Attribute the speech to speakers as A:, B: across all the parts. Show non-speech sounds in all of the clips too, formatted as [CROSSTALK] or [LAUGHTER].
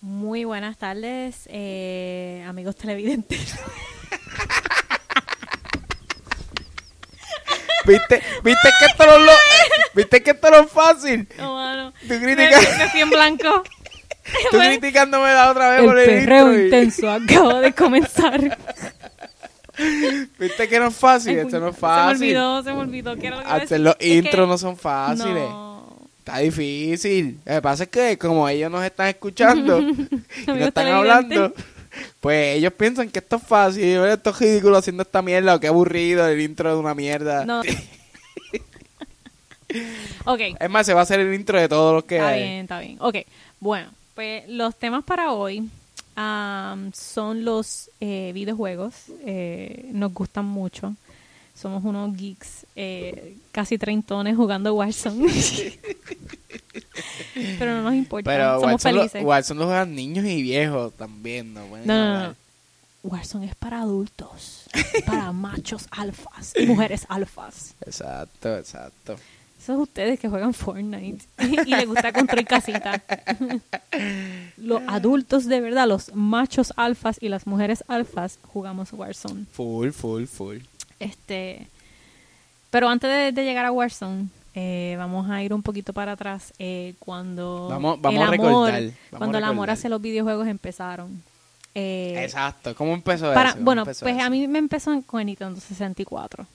A: Muy buenas tardes, eh, amigos televidentes. [LAUGHS]
B: ¿Viste, viste que esto no lo, viste que esto no es fácil?
A: No, mano.
B: Tú
A: Me,
B: criticas-
A: me fui en blanco.
B: [LAUGHS]
A: [LAUGHS]
B: Tú
A: Bueno,
B: criticándome la otra vez
C: El
B: por el
C: perreo
B: intro y-
C: intenso acaba de comenzar.
B: [LAUGHS] Viste que no es fácil,
A: ay,
B: esto no es
A: puñeta,
B: fácil.
A: Se me olvidó, se me olvidó. que era lo que iba a
B: Hacer
A: decir.
B: los
A: Es que-
B: intros no son fáciles.
A: No.
B: Está difícil. Lo que pasa es que como ellos nos
A: [LAUGHS]
B: están escuchando y nos están hablando, pues ellos piensan que esto es fácil. Y, "Mira, Esto es ridículo haciendo esta mierda, o qué aburrido el intro de una mierda. [LAUGHS]
A: No. Ok.
B: Es más, se va a hacer el intro de todos los que
A: Está
B: hay.
A: bien, está bien. Ok, bueno, pues los temas para hoy am, son los eh, videojuegos. Eh, nos gustan mucho. Somos unos geeks, eh, casi treintones jugando Warzone. [LAUGHS] Pero no nos importa,
B: Pero
A: pues somos
B: Watson
A: felices.
B: lo, Watson lo juegan niños y viejos también, ¿no? pueden
A: no, no, no,
B: hablar.
A: no. Warzone es para adultos, para machos alfas y mujeres alfas.
B: Exacto, exacto.
A: Esos ustedes que juegan Fortnite [LAUGHS] y les gusta construir casitas. [LAUGHS] los adultos de verdad, los machos alfas y las mujeres alfas jugamos Warzone.
B: Full, full, full.
A: Este, pero antes de, de llegar a Warzone, eh, vamos a ir un poquito para atrás eh, cuando
B: Vamos- vamos
A: el
B: a
A: amor,
B: recordar, vamos a
A: cuando el amor
B: recordar.
A: hacia los videojuegos empezaron. Eh,
B: Exacto. ¿Cómo empezó
A: para-
B: eso? ¿Cómo
A: bueno, pues
B: empezó eso?
A: a mí me empezó con el Nintendo 64.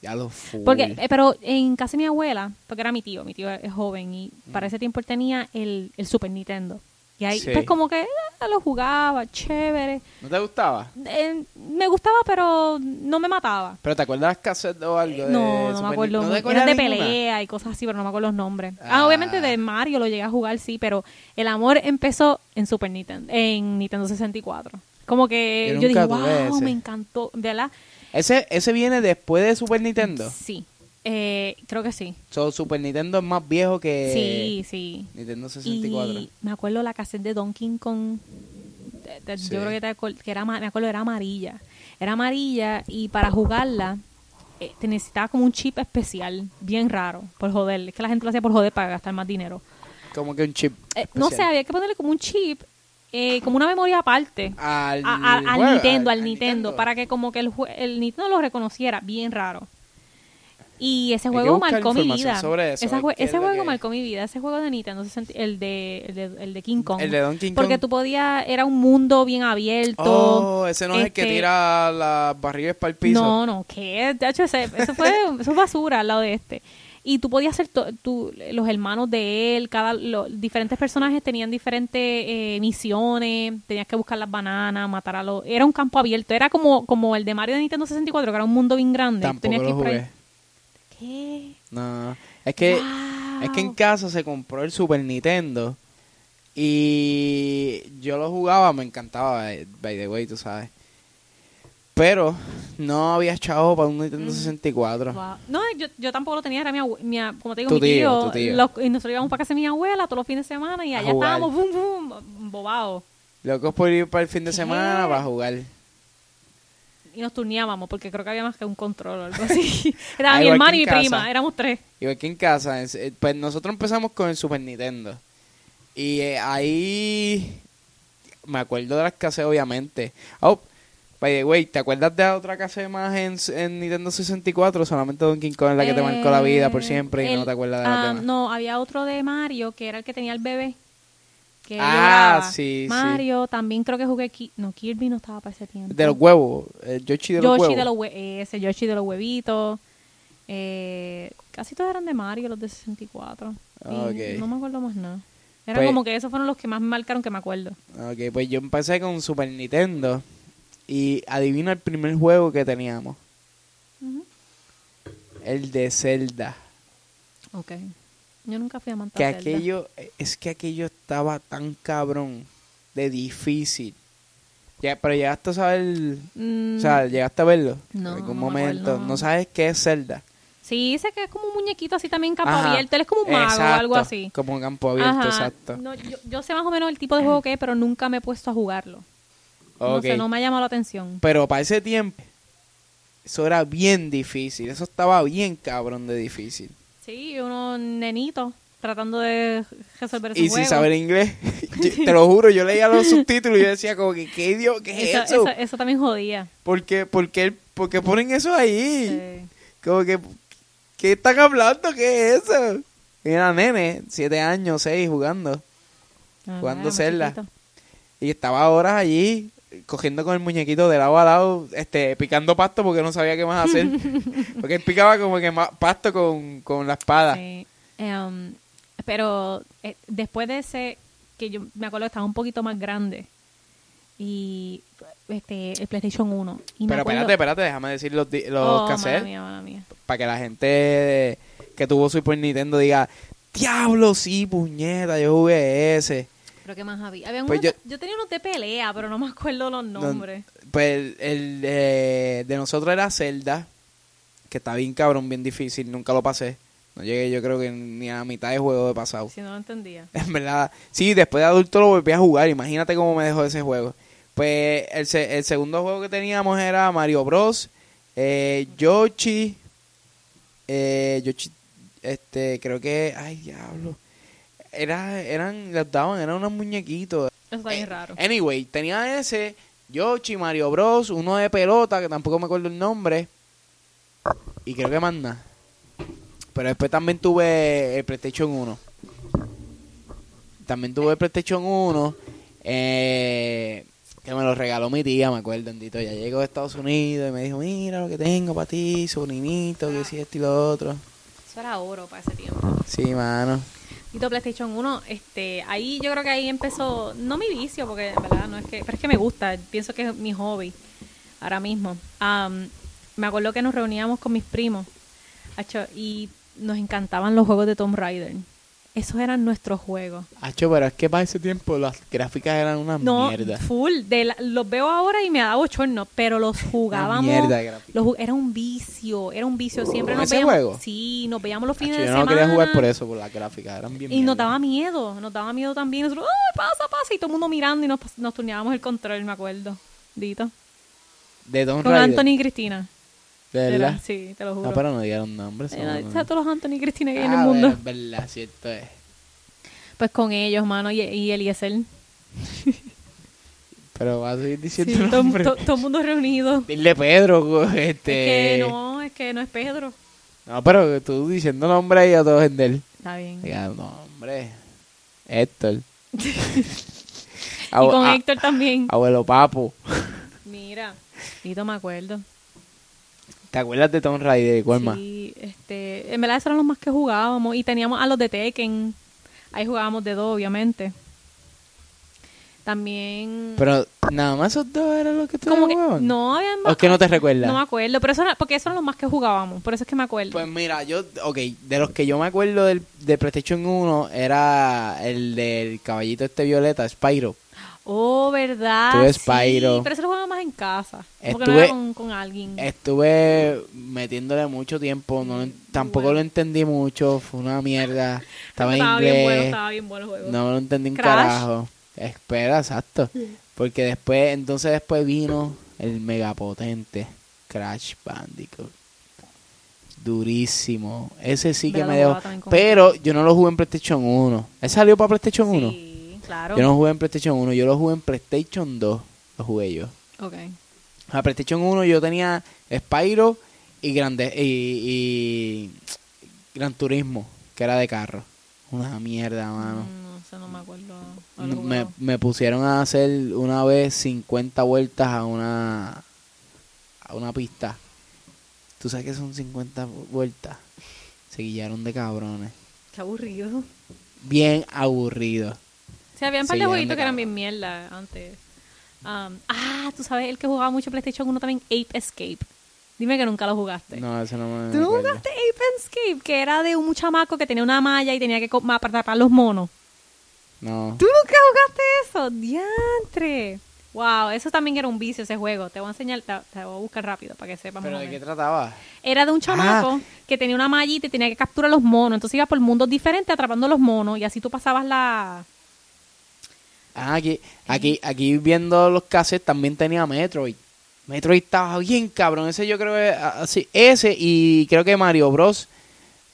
B: Ya lo full.
A: Porque, eh, pero en casa de mi abuela, porque era mi tío, mi tío es joven y para ese tiempo él tenía el, el Super Nintendo. Y ahí,
B: Mm. Sí.
A: pues como que eh, lo jugaba, chévere.
B: ¿No te gustaba?
A: Eh, me gustaba, pero no me mataba.
B: ¿Pero te acuerdas cassette o algo? de
A: No, no
B: Super
A: me acuerdo.
B: Nintendo? ¿No
A: mu-
B: te acuerdas
A: Era de
B: ninguna?
A: pelea y cosas así, pero no me acuerdo los nombres. Ah,
B: Ah.
A: obviamente de Mario lo llegué a jugar, sí, pero el amor empezó en Super Nintendo, en Nintendo 64. Como que
B: Yo
A: yo, dije,
B: nunca tuve
A: wow,
B: ese".
A: me encantó, ¿verdad?
B: Ese, ese viene después de Super Nintendo.
A: Sí, eh, creo que sí.
B: So, Super Nintendo es más viejo que
A: sí, sí.
B: Nintendo 64.
A: Y me acuerdo la cassette de Donkey Kong. de- de-
B: Sí.
A: Yo creo que, te acor- que era, ama- me acuerdo era amarilla. Era amarilla y para jugarla eh, te necesitaba como un chip especial, bien raro, por joder. Es que la gente lo hacía por joder para gastar más dinero.
B: Como que un chip.
A: Eh, no sé,
B: especial.
A: había que ponerle como un chip, eh, como una memoria aparte.
B: Al,
A: a- a- al
B: juego,
A: Nintendo, al, Nintendo, para que como que el, jue- el Nintendo lo reconociera, bien raro. Y ese
B: Hay que
A: juego
B: buscar
A: marcó mi
B: información
A: vida.
B: sobre eso,
A: Esa
B: a ver
A: jue-
B: qué es
A: ese
B: lo
A: juego
B: que-
A: marcó mi vida, ese juego de Nintendo, 60 el de, el de, el de King Kong.
B: El de Donkey Kong.
A: Porque tú podías, era un mundo bien abierto.
B: Oh, ese no es el que
A: este,
B: tira las barriles para el piso.
A: No, no, que de hecho, ese- eso
B: [LAUGHS]
A: fue eso es basura al lado de este. Y tú podías ser to- tú, los hermanos de él, cada los diferentes personajes tenían diferentes eh, misiones, tenías que buscar las bananas, matar a los... Era un campo abierto, era como, como el de Mario de Nintendo 64, que era un mundo bien grande.
B: Tampoco
A: tenías que
B: lo
A: ir por ahí.
B: jugué.
A: ¿Qué?
B: No, es que es que en
A: Wow.
B: casa se compró el Super Nintendo y yo lo jugaba, me encantaba, by- by the way, tú sabes. Pero no había chavo para un Nintendo
A: Mm.
B: 64.
A: Wow. No, yo, yo tampoco lo tenía, era mi abuela, como te digo,
B: Tu
A: mi
B: tío,
A: tío.
B: tu tío.
A: los- y nosotros íbamos para casa de mi abuela todos los fines de semana y
B: A
A: allá
B: jugar.
A: estábamos, boom, boom, bobados.
B: Loco por ir para el fin de
A: ¿Qué?
B: semana para jugar.
A: y nos turneábamos porque creo que había más que un control o algo [LAUGHS] así. Era
B: Ah,
A: mi
B: igual
A: hermano
B: que
A: y mi
B: en casa.
A: prima, éramos tres.
B: Igual que en casa, es- eh, pues nosotros empezamos con el Super Nintendo. Y eh, ahí me acuerdo de las casas, obviamente. Oh, by the way, ¿te acuerdas de la otra casa más en, en Nintendo 64? Solamente Donkey Kong es la que te marcó la vida por
A: Eh,
B: siempre y
A: el-
B: no te acuerdas de la
A: ah,
B: demás.
A: No, había otro de Mario que era el que tenía el bebé. Que
B: Ah,
A: lloraba.
B: sí, sí.
A: Mario, también creo que jugué. Ki- no, Kirby no estaba para ese tiempo.
B: De los huevos, el Yoshi de los
A: Yoshi
B: huevos.
A: de los hue- ese, Yoshi de los huevitos. Eh, casi todos eran de Mario, los de 64. Y
B: Ok.
A: No me acuerdo más nada. Era
B: Pues-
A: como que esos fueron los que más me marcaron que me acuerdo.
B: Ok, pues yo empecé con Super Nintendo y adivina el primer juego que teníamos.
A: Ujú.
B: El de Zelda.
A: Ok. Yo nunca fui amante
B: que
A: de Zelda.
B: aquello es que aquello estaba tan cabrón de difícil ya pero llegaste a saber
A: Mm.
B: o sea llegaste a verlo
A: No,
B: en algún
A: no me
B: momento
A: acuerdo.
B: no sabes qué es Zelda
A: Sí, dice que es como un muñequito así también capa
B: Ajá,
A: abierta. Él es como un mago o
B: exacto,
A: algo así.
B: como un campo abierto
A: Ajá.
B: exacto
A: No, yo, yo sé más o menos el tipo de juego que es, pero nunca me he puesto a jugarlo. No
B: Ok.
A: sé, no me ha llamado la atención.
B: pero para ese tiempo eso era bien difícil eso estaba bien cabrón de difícil
A: Sí, uno nenito. tratando de resolver su
B: Y
A: juego.
B: sin
A: [LAUGHS]
B: saber inglés, Yo- te lo juro, yo leía los subtítulos y yo decía como que, ¿qué, idioma, qué es
A: eso,
B: eso?
A: eso- eso también
B: [LAUGHS]
A: jodía.
B: ¿Por qué, por qué- por qué ponen eso ahí?
A: Sí.
B: Como que, ¿qué están hablando? ¿Qué es eso? Era nene, siete años, seis, jugando.
A: Ah,
B: Jugando
A: era más
B: Zelda.
A: chiquito.
B: Y estaba horas allí, cogiendo con el muñequito de lado a lado, este, picando pasto porque no sabía qué
A: [LAUGHS]
B: más hacer. porque él picaba como que ma- pasto con, con la espada.
A: Sí. Em, pero eh, después de ese, que yo me acuerdo que estaba un poquito más grande. Y este, el PlayStation 1. Y me
B: Pero
A: acuerdo-
B: espérate, espérate, déjame decir los, di- los
A: Oh, mala
B: cassettes
A: mía, mala mía.
B: para que la gente que tuvo Super Nintendo diga, diablo, sí, puñeta, yo jugué ese.
A: Pero qué más había. Había
B: Pues
A: uno-
B: yo-
A: yo... tenía unos de pelea, pero no me acuerdo los
B: No,
A: nombres.
B: pues el, el, eh, de nosotros era Zelda, que está bien cabrón, bien difícil, nunca lo pasé. No llegué yo creo que ni a la mitad de juego de pasado.
A: Si no lo entendía.
B: [LAUGHS] En verdad, sí, después de adulto lo volví a jugar, imagínate cómo me dejó ese juego. Pues el, se- el segundo juego que teníamos era Mario Bros, eh, Yoshi, eh, Yoshi, este, creo que, ay, diablo. Era, eran, las daban, eran unos muñequitos.
A: Eso está
B: Eh,
A: bien raro.
B: Anyway, tenía ese, Yoshi, Mario Bros, uno de pelota, que tampoco me acuerdo el nombre. Y creo que más nada. Pero después también tuve el PlayStation 1. También tuve el PlayStation 1. eh, que me lo regaló mi tía, me acuerdo, bendito. Ya llegó de Estados Unidos y me dijo, mira lo que tengo para ti, sobrinito, que si esto y lo otro.
A: Eso era oro para ese tiempo.
B: Sí, mano.
A: Y tu PlayStation 1, este, ahí yo creo que ahí empezó, no mi vicio, porque en verdad no es que, pero es que me gusta, pienso que es mi hobby ahora mismo. Am, me acuerdo que nos reuníamos con mis primos acho, y nos encantaban los juegos de Tomb Raider. Esos eran nuestros juegos.
B: Hacho, pero es que para ese tiempo las gráficas eran una
A: No,
B: mierda.
A: full. De la- los veo ahora y me da bochorno, pero los jugábamos.
B: mierda de gráfica.
A: los ju- era un vicio, era un vicio. Siempre
B: ¿Con
A: nos
B: ese
A: veíamos.
B: juego?
A: Sí, nos veíamos los fines
B: Hacho,
A: de
B: yo
A: semana.
B: no quería jugar por eso, por las gráficas, eran bien
A: Y nos
B: mierda.
A: daba miedo, nos daba miedo también. Nosotros, ¡ay, pasa, pasa! Y todo el mundo mirando y nos, pas- nos turneábamos el control, me acuerdo. Dito.
B: De Don
A: Con Anthony y Cristina.
B: ¿De verdad?
A: Era- Sí, te lo juro.
B: No, pero no Ah, dieron nombres.
A: Eh, no, ¿sabes todos los Anthony y Cristina que hay en el mundo?
B: verdad, cierto es.
A: Pues con ellos, mano, y, y Eliezer.
B: Pero vas a seguir
A: Sí,
B: diciendo
A: todo,
B: nombres.
A: todo- todo el mundo reunido.
B: Dile Pedro, co- este...
A: Es que no, es que no es Pedro.
B: No, pero tú diciendo nombres y a todos en él.
A: Está bien.
B: Diga, no, hombre. Héctor.
A: [LAUGHS] y
B: Abu-
A: con
B: a-
A: Héctor también.
B: Abuelo Papo.
A: Mira, Dito, me acuerdo.
B: ¿Te acuerdas de Tom Raider y cuál más?
A: Sí, este, en verdad esos eran los más que jugábamos y teníamos a los de Tekken. Ahí jugábamos de dos, obviamente. También
B: Pero nada más esos dos eran los que tú
A: como que
B: jugaban.
A: no habían
B: ¿O es que no te recuerdas?
A: No me acuerdo, pero eso era- porque esos eran los más que jugábamos, por eso es que me acuerdo.
B: Pues mira, yo, ok, de los que yo me acuerdo del, de PlayStation 1 era el del caballito este violeta, Spyro.
A: oh, verdad.
B: Tuve
A: sí,
B: Spyro.
A: pero eso lo jugaba más en casa, porque no
B: Estuve-
A: era con, con alguien.
B: Estuve metiéndole mucho tiempo, no lo- tampoco lo entendí mucho, fue una
A: [LAUGHS]
B: mierda. Estaba en
A: bien bueno,
B: inglés,
A: estaba bien bueno el juego.
B: no lo entendí un
A: Crash.
B: carajo. Espera, exacto. Porque después, entonces después vino el megapotente Crash Bandicoot. Durísimo. Ese sí que
A: Pero
B: me
A: lo
B: dejó.
A: jugaba también con-
B: Pero yo no lo jugué en PlayStation 1. ¿Él salió para PlayStation 1?
A: Sí, claro.
B: Yo no jugué en PlayStation 1, yo lo jugué en PlayStation 2. Lo jugué yo.
A: Ok.
B: A PlayStation 1 yo tenía Spyro y grande y, y Gran Turismo, que era de carro. Una mierda, mano.
A: Mm, No sé, no me acuerdo. haberlo
B: Ah, Me,
A: jugado.
B: me pusieron a hacer una vez 50 vueltas a una a una pista. ¿Tú sabes que son 50 vueltas? Se guillaron de cabrones.
A: Qué aburrido.
B: Bien aburrido.
A: Sí, había un par
B: Sí,
A: de
B: eran
A: jueguitos
B: de
A: que eran bien
B: cabrón.
A: mierda antes. Um, ah, tú sabes, el que jugaba mucho PlayStation 1 también, Ape Escape. Dime que nunca lo jugaste.
B: No, eso no me
A: ¿Tú no
B: acuerdo.
A: jugaste Ape Escape? Que era de un chamaco que tenía una malla y tenía que co- ma- atrapar los monos.
B: No.
A: ¿Tú nunca jugaste eso? ¡Diantre! Wow, eso también era un vicio ese juego. Te voy a enseñar, te, te voy a buscar rápido para que sepas. más
B: ¿Pero
A: o
B: de
A: menos.
B: qué Ah. trataba?
A: Era de un chamaco que tenía una mallita y tenía que capturar los monos. Entonces ibas por mundos diferentes atrapando los monos y así tú pasabas la...
B: Ah, aquí, aquí, aquí viendo los cassettes también tenía Metroid. Metroid estaba bien cabrón. Ese yo creo ah, que así. Ese y creo que Mario Bros.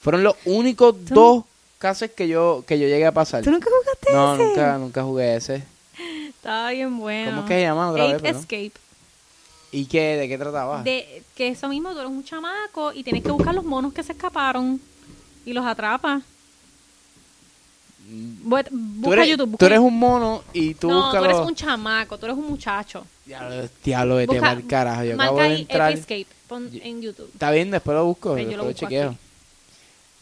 B: Fueron los únicos
A: Tú-
B: dos cases que yo, que yo llegué a pasar.
A: ¿Tú nunca jugaste
B: No,
A: ese?
B: nunca, nunca jugué ese.
A: Estaba bien bueno.
B: ¿Cómo es que se llama otra
A: Ape
B: vez, perdón? Ah.
A: Escape.
B: ¿Y qué, de qué trataba?
A: De, que eso mismo, tú eres un chamaco y tienes que buscar los monos que se escaparon y los atrapas. Bu-
B: Mm. tú,
A: Busca
B: eres,
A: YouTube.
B: tú
A: busca-
B: eres un mono y tú
A: no,
B: buscas
A: tú eres
B: los-
A: un chamaco, tú eres un muchacho.
B: Diablo, diablo, vete
A: Busca-
B: mal carajo. Ah, Yo
A: marca
B: acabo de
A: ahí
B: entrar.
A: Ape Escape pon
B: Yo-
A: en YouTube.
B: Está bien, después lo busco.
A: Ven, Pues yo
B: después
A: lo
B: lo
A: busco
B: chequeo.
A: aquí.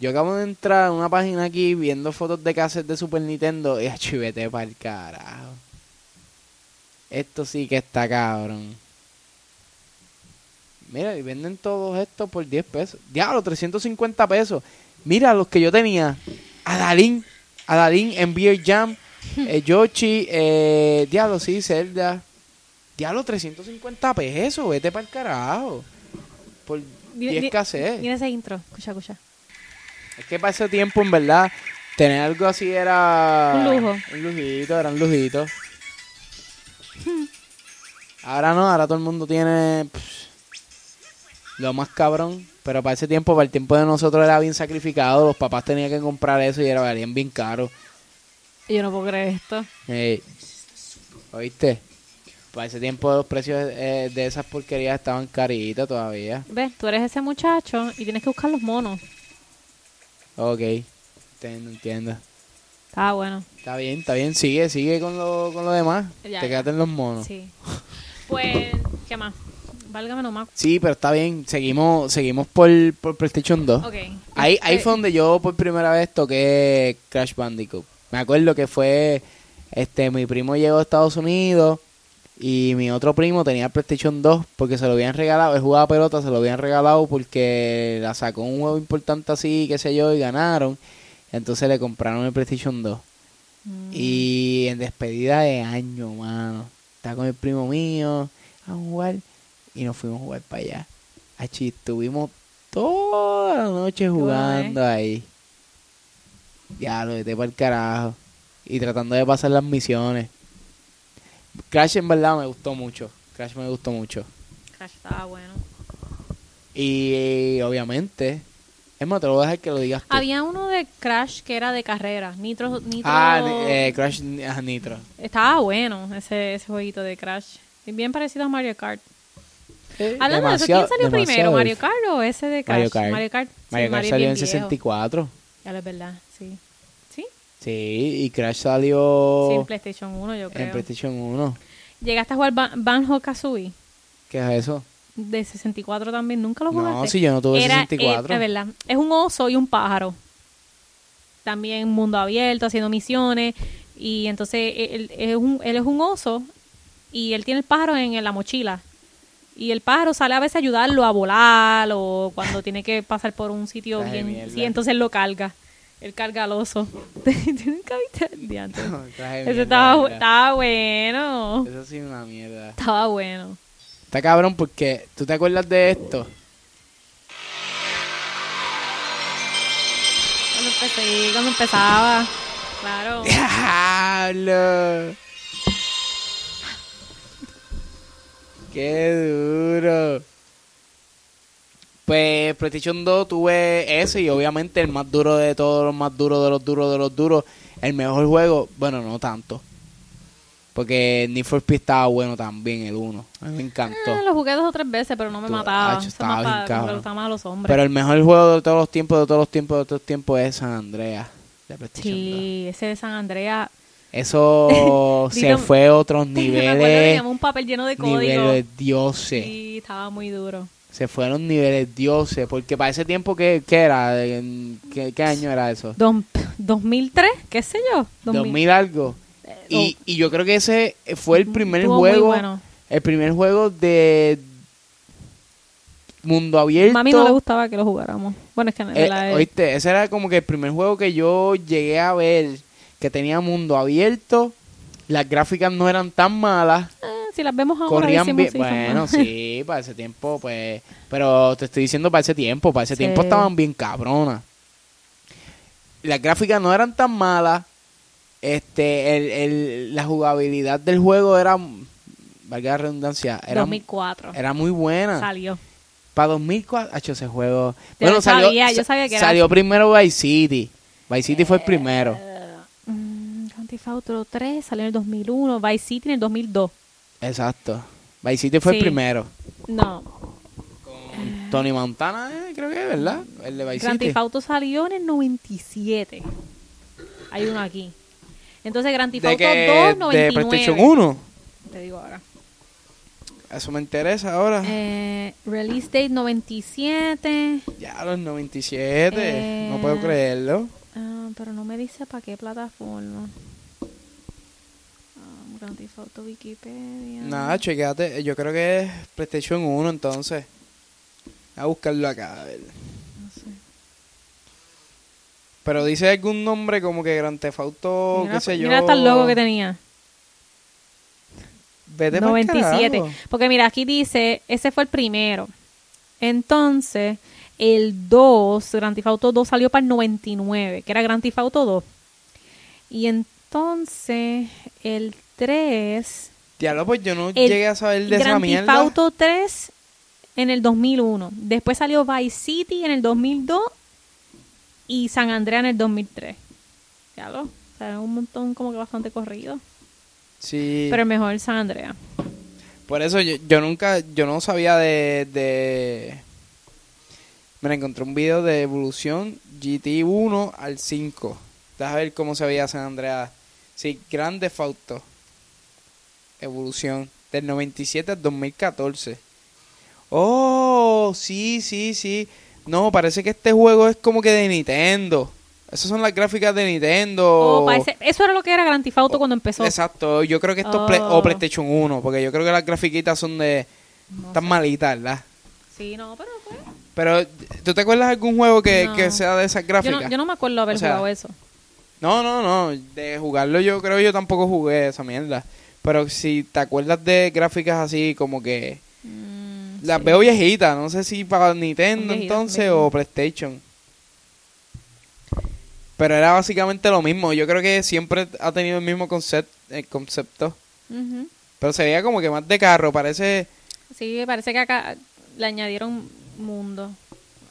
B: Yo acabo de entrar a una página aquí viendo fotos de cassettes de Super Nintendo y achivete para el carajo. Esto sí que está cabrón. Mira, y venden todos estos por 10 pesos. Diablo, 350 pesos. Mira los que yo tenía. Adalín, Adalín, Envier Jam, eh, Yoshi, eh, Diablo, sí, Zelda. Diablo, 350 pesos, vete para el carajo. Por
A: Mira-
B: 10
A: mira-
B: cassettes.
A: Mira ese intro, escucha, escucha.
B: Es que para ese tiempo, en verdad, tener algo así era.
A: Un lujo.
B: Un lujito, era un lujito. Ahora no, ahora todo el mundo tiene. pff, lo más cabrón. Pero para ese tiempo, para el tiempo de nosotros, era bien sacrificado. Los papás tenían que comprar eso y era valían bien caro.
A: Yo no puedo creer esto.
B: Ey. ¿Oíste? Para ese tiempo, los precios eh, de esas porquerías estaban caritas todavía.
A: Ves, tú eres ese muchacho y tienes que buscar los monos.
B: Ok. Entiendo, entiendo.
A: Está bueno.
B: Está bien, está bien, sigue, sigue con lo, con lo demás.
A: Ya, ya.
B: Te quedaste en los monos. Sí.
A: Sí. Pues, ¿qué más? Válgame nomás.
B: pero está bien, seguimos seguimos por, por PlayStation 2.
A: Ok.
B: Ahí, ahí
A: Eh,
B: fue donde yo por primera vez toqué Crash Bandicoot. Me acuerdo que fue, este, mi primo llegó a Estados Unidos y mi otro primo tenía PlayStation 2 porque se lo habían regalado, él jugaba pelota, se lo habían regalado porque la sacó un juego importante así, qué sé yo, y ganaron. Entonces le compraron el PlayStation 2.
A: mm,
B: Y en despedida de año, mano. Estaba con el primo mío a jugar y nos fuimos a jugar para allá. Achi, estuvimos toda la noche
A: bueno,
B: jugando ahí. Ya lo vete para el carajo. Y tratando de pasar las misiones. Crash en verdad me gustó mucho. Crash me gustó mucho.
A: Crash estaba bueno.
B: Y eh, obviamente, es más, te lo voy a dejar que lo digas tú.
A: Había uno de Crash que era de carrera. Nitro. Nitro
B: Ah, eh, Crash ah, Nitro.
A: Estaba bueno ese, ese jueguito de Crash. Bien parecido a Mario Kart. Hablando de eso,
B: Demasiado-
A: ¿quién salió
B: demasiado
A: primero?
B: difícil.
A: ¿Mario Kart o ese de Crash?
B: Mario Kart.
A: Mario Kart, sí,
B: Mario Kart
A: Mario es
B: salió
A: bien
B: en
A: viejo.
B: 64.
A: Ya lo es verdad, sí. ¿Sí?
B: Sí, y Crash
A: Sí, en
B: salió
A: PlayStation 1, yo creo.
B: Oh. en PlayStation 1.
A: Llegaste a jugar Ban- Banjo Kazooie
B: ¿Qué es eso?
A: de 64 también. ¿Nunca lo jugaste?
B: No, si yo no tuve
A: Era-
B: 64.
A: eh, Es verdad. Es un oso y un pájaro. También mundo abierto, haciendo misiones. Y entonces él, él es un, él es un oso y él tiene el pájaro en, en la mochila. Y el pájaro sale a veces a ayudarlo a volar o cuando tiene que pasar por un sitio
B: Clase de
A: bien.
B: mierda.
A: Sí, entonces él lo carga. Él carga al oso. ¿Tú nunca viste? Diantre.
B: [COUGHS] Traje
A: Eso
B: mierda,
A: estaba, bu-
B: ¿verdad?
A: estaba bueno.
B: Eso sí es una mierda.
A: Estaba bueno.
B: Está cabrón porque tú te acuerdas de esto.
A: Cuando empecé, cuando empezaba. Claro.
B: ¡Diablo! ¡Qué duro! Pues PlayStation 2 tuve ese y obviamente el más duro de todos los más duros de los duros de los duros. El mejor juego, bueno, no tanto. Porque Need for Speed estaba bueno también, el 1. A mí me encantó.
A: Ah, lo jugué dos o tres veces, pero no me
B: Tú-
A: mataba.
B: Hacho,
A: Eso
B: estaba
A: más
B: bien
A: para-
B: cabrón.
A: me gustaba más a los hombres.
B: Pero el mejor juego de todos los tiempos, de todos los tiempos, de todos los tiempos es San Andreas. De PlayStation 2.
A: sí, ese de San Andrea. [LAUGHS]
B: Eso se
A: Dilo-
B: fue
A: [LAUGHS]
B: a otros
A: me acuerdo que
B: niveles.
A: teníamos un papel lleno de código.
B: Niveles dioses.
A: Sí, estaba muy duro.
B: Se fueron niveles dioses. Porque para ese tiempo, ¿qué, qué era? En- ¿Qué, qué año era eso?
A: Don- 2003, qué sé yo.
B: 2000, algo. Y, y yo creo que ese fue el primer
A: Eh, oh. Mm, Estuvo muy
B: juego.
A: bueno.
B: El primer juego de mundo abierto.
A: Mami no le gustaba que lo jugáramos. Bueno, es que en
B: Eh,
A: la-
B: Oíste, ese era como que el primer juego que yo llegué a ver que tenía mundo abierto. Las gráficas no eran tan malas.
A: Ah, si las vemos ahora,
B: corrían bien.
A: decimos, sí, son [LAUGHS]
B: Bueno,
A: malas.
B: sí, para ese tiempo, pues. Pero te estoy diciendo para ese tiempo, para ese
A: Sí.
B: tiempo estaban bien cabronas. Las gráficas no eran tan malas. Este, el, el- la jugabilidad del juego era, valga la redundancia, era,
A: 2004.
B: era muy buena.
A: Salió.
B: Para 2004, hecho ese juego.
A: Yo
B: bueno,
A: lo
B: salió,
A: sabía, yo
B: sa-
A: sabía que era
B: salió primero Vice City. Vice City fue el primero.
A: Eh. Mm, Grand Theft Auto 3 salió en el 2001, Vice City en el 2002.
B: Exacto. Vice City fue el
A: Sí.
B: primero.
A: No,
B: Con Tony Montana, eh, creo que es, ¿verdad? El de Vice
A: Grand
B: City.
A: Theft Auto salió en el 97. Hay uno aquí. Entonces Grand Theft
B: de
A: Auto
B: que
A: 2,
B: de
A: 99.
B: PlayStation 1.
A: Te digo ahora.
B: Eso me interesa ahora.
A: Eh, release date 97.
B: ya, los 97. no
A: eh,
B: puedo creerlo.
A: Ah, pero no me dice para qué plataforma. Ah, Grand Theft Auto Wikipedia.
B: Nada, chequeate. Yo creo que es PlayStation 1, entonces. A buscarlo acá, a ver.
A: No sé.
B: Pero dice algún nombre como que Grand Theft Auto,
A: Mira,
B: qué sé yo.
A: mira hasta el logo que tenía.
B: Vete pa'l
A: 97.
B: carajo.
A: Porque mira, aquí dice, ese fue el primero. Entonces, el 2, Grand Theft Auto 2 salió para el 99, que era Grand Theft Auto 2. Y entonces, el 3,
B: Diablo, pues yo no
A: El
B: llegué a saber de esa
A: Grand Theft
B: mierda.
A: Auto 3 en el 2001. Después salió Vice City en el 2002 y San Andrea en el 2003. Ya lo, o sea, un montón como que bastante corrido.
B: Sí.
A: Pero el mejor San Andrea.
B: Por eso yo, yo nunca, yo no sabía de, de... Mira, encontré un video de evolución GT1 al 5. Deja ver cómo se veía San Andreas. Sí, grande Fauto. Evolución. Del 97 al 2014. Oh, sí, sí, sí. No, parece que este juego es como que de Nintendo. Esas son las gráficas de Nintendo.
A: Oh, parece- eso era lo que era Grand Theft Auto cuando empezó.
B: Exacto, yo creo que esto es Play-
A: Oh.
B: o PlayStation 1, porque yo creo que las grafiquitas son de...
A: No
B: Están
A: sé.
B: malitas, ¿verdad?
A: Sí, no, pero pues,
B: Pero, ¿tú te acuerdas de algún juego que,
A: No.
B: que sea de esas
A: yo,
B: gráficas?
A: no, yo no me acuerdo haber
B: O sea,
A: jugado eso.
B: no, no, no, de jugarlo yo creo yo tampoco jugué esa mierda. Pero si te acuerdas de gráficas así como que...
A: Mm,
B: Las
A: sí.
B: veo viejitas, no sé si para Nintendo
A: Viejitas,
B: entonces
A: viejitas.
B: o PlayStation. Pero era básicamente lo mismo, yo creo que siempre ha tenido el mismo concept, el concepto.
A: Ujú.
B: Pero se veía como que más de carro, parece...
A: Sí, parece que acá le añadieron mundo.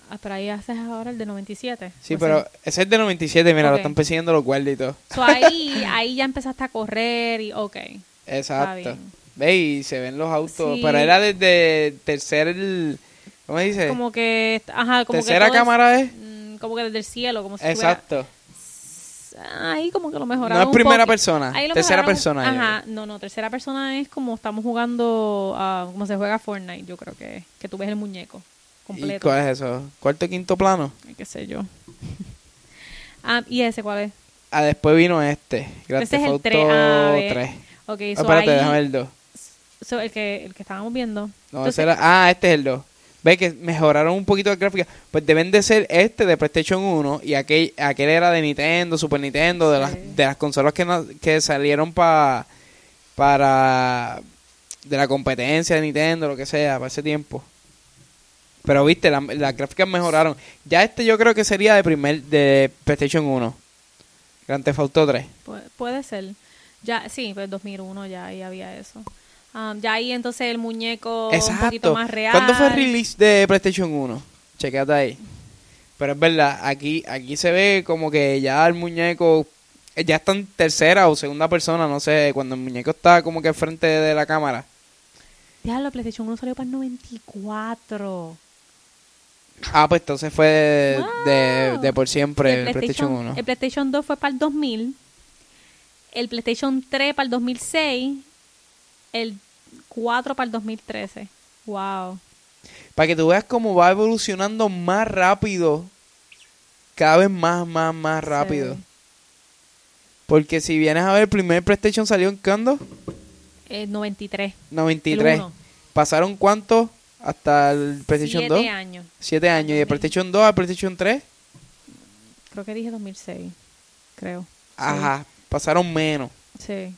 A: Ah, Pero ahí haces ahora el de 97.
B: Sí,
A: Pues
B: pero ese es de 97, mira, lo
A: Ok.
B: están persiguiendo los guardias y todo.
A: So,
B: [LAUGHS]
A: ahí, ahí ya empezaste a correr y ok.
B: Exacto.
A: bien.
B: Ve y se ven los autos.
A: Sí.
B: Pero era desde tercer. el- ¿Cómo se dice?
A: Como que, ajá, como
B: Tercera
A: que todo es-
B: cámara es.
A: mm, como que desde el cielo, como si estuviera-
B: Exacto.
A: Ahí como que lo mejoraron
B: No es
A: un
B: primera
A: poqui-
B: persona,
A: Ahí lo
B: tercera
A: mejoraron-
B: persona, yo
A: Ajá, no, no, tercera persona es como estamos jugando, ah, como se juega Fortnite, yo creo que, que tú ves el muñeco
B: ¿Y
A: completo.
B: cuál es eso? ¿Cuarto y quinto plano?
A: Ay, qué sé yo. [LAUGHS] ah, ¿y ese cuál es?
B: Ah, después vino este. Grand
A: Ese es
B: Theft
A: el
B: Auto 3.
A: tres, ah, ve. Ok, so
B: espérate,
A: ahí-
B: déjame el 2.
A: so el, que, el que estábamos viendo.
B: No,
A: Entonces,
B: ese era- Ah, este es el 2. Ve que mejoraron un poquito la gráfica. Pues deben de ser este de PlayStation 1 y aquel, aquel era de Nintendo, Super Nintendo, de,
A: Sí.
B: las, de las consolas que, na- que salieron pa, para. de la competencia de Nintendo, lo que sea, para ese tiempo. Pero viste, la- las gráficas mejoraron. Ya este yo creo que sería de primer de PlayStation 1. Grand Theft Auto 3.
A: Pu- puede ser. Ya, sí, pues 2001 ya ahí había eso. Ah, ya ahí entonces el muñeco un poquito más real.
B: ¿Cuándo fue el release de PlayStation 1? Checate ahí. Pero es verdad, aquí, aquí se ve como que ya el muñeco eh, ya está en tercera o segunda persona, no sé, cuando el muñeco está como que al frente de la cámara.
A: Diablo, PlayStation 1 salió para el 94.
B: Ah, pues entonces fue de,
A: Wow.
B: de- de por siempre el, PlayStation, 1.
A: el PlayStation 2 fue para el 2000. El PlayStation 3 para el 2006. El 4 para el 2013. Wow.
B: Para que tú veas cómo va evolucionando más rápido. Cada vez más, más, más Ah, rápido.
A: Sí.
B: Porque si vienes a ver, el primer PlayStation salió en cuándo?
A: El 93.
B: 93.
A: El uno.
B: ¿Pasaron cuánto hasta el PlayStation
A: 7
B: 2?
A: años.
B: 7 años. ¿Y de PlayStation 2 al PlayStation 3?
A: Creo que dije 2006. Creo.
B: Ajá, pasaron menos.
A: Sí.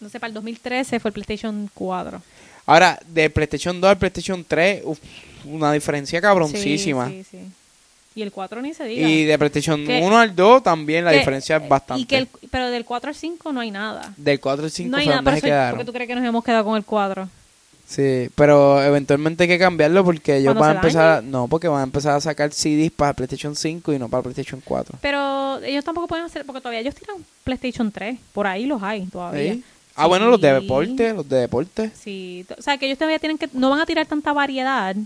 A: No sé, para el 2013 fue el PlayStation 4.
B: Ahora, de PlayStation 2 al PlayStation 3, uf, una diferencia cabroncísima.
A: Sí, sí, sí. Y el 4 ni se diga.
B: Y de PlayStation
A: Que-
B: 1 al 2 también la
A: Que-
B: diferencia es bastante.
A: y que el- pero del 4 al 5 no hay nada.
B: Del 4 al 5
A: no hay
B: fue
A: nada.
B: donde
A: Por
B: se
A: eso, ¿por
B: quedaron.
A: qué tú crees que nos hemos quedado con el 4?
B: Sí, pero eventualmente hay que cambiarlo porque ellos
A: Cuando
B: van a
A: se
B: empezar, a- no, porque van a empezar a sacar CDs para PlayStation 5 y no para PlayStation 4.
A: Pero ellos tampoco pueden hacer, porque todavía ellos tiran PlayStation 3. Por ahí los hay todavía.
B: ¿Sí? Ah, bueno, los de
A: Oh, Sí.
B: deporte, los de deporte.
A: Sí, t- o sea que ellos todavía tienen que, no van a tirar tanta variedad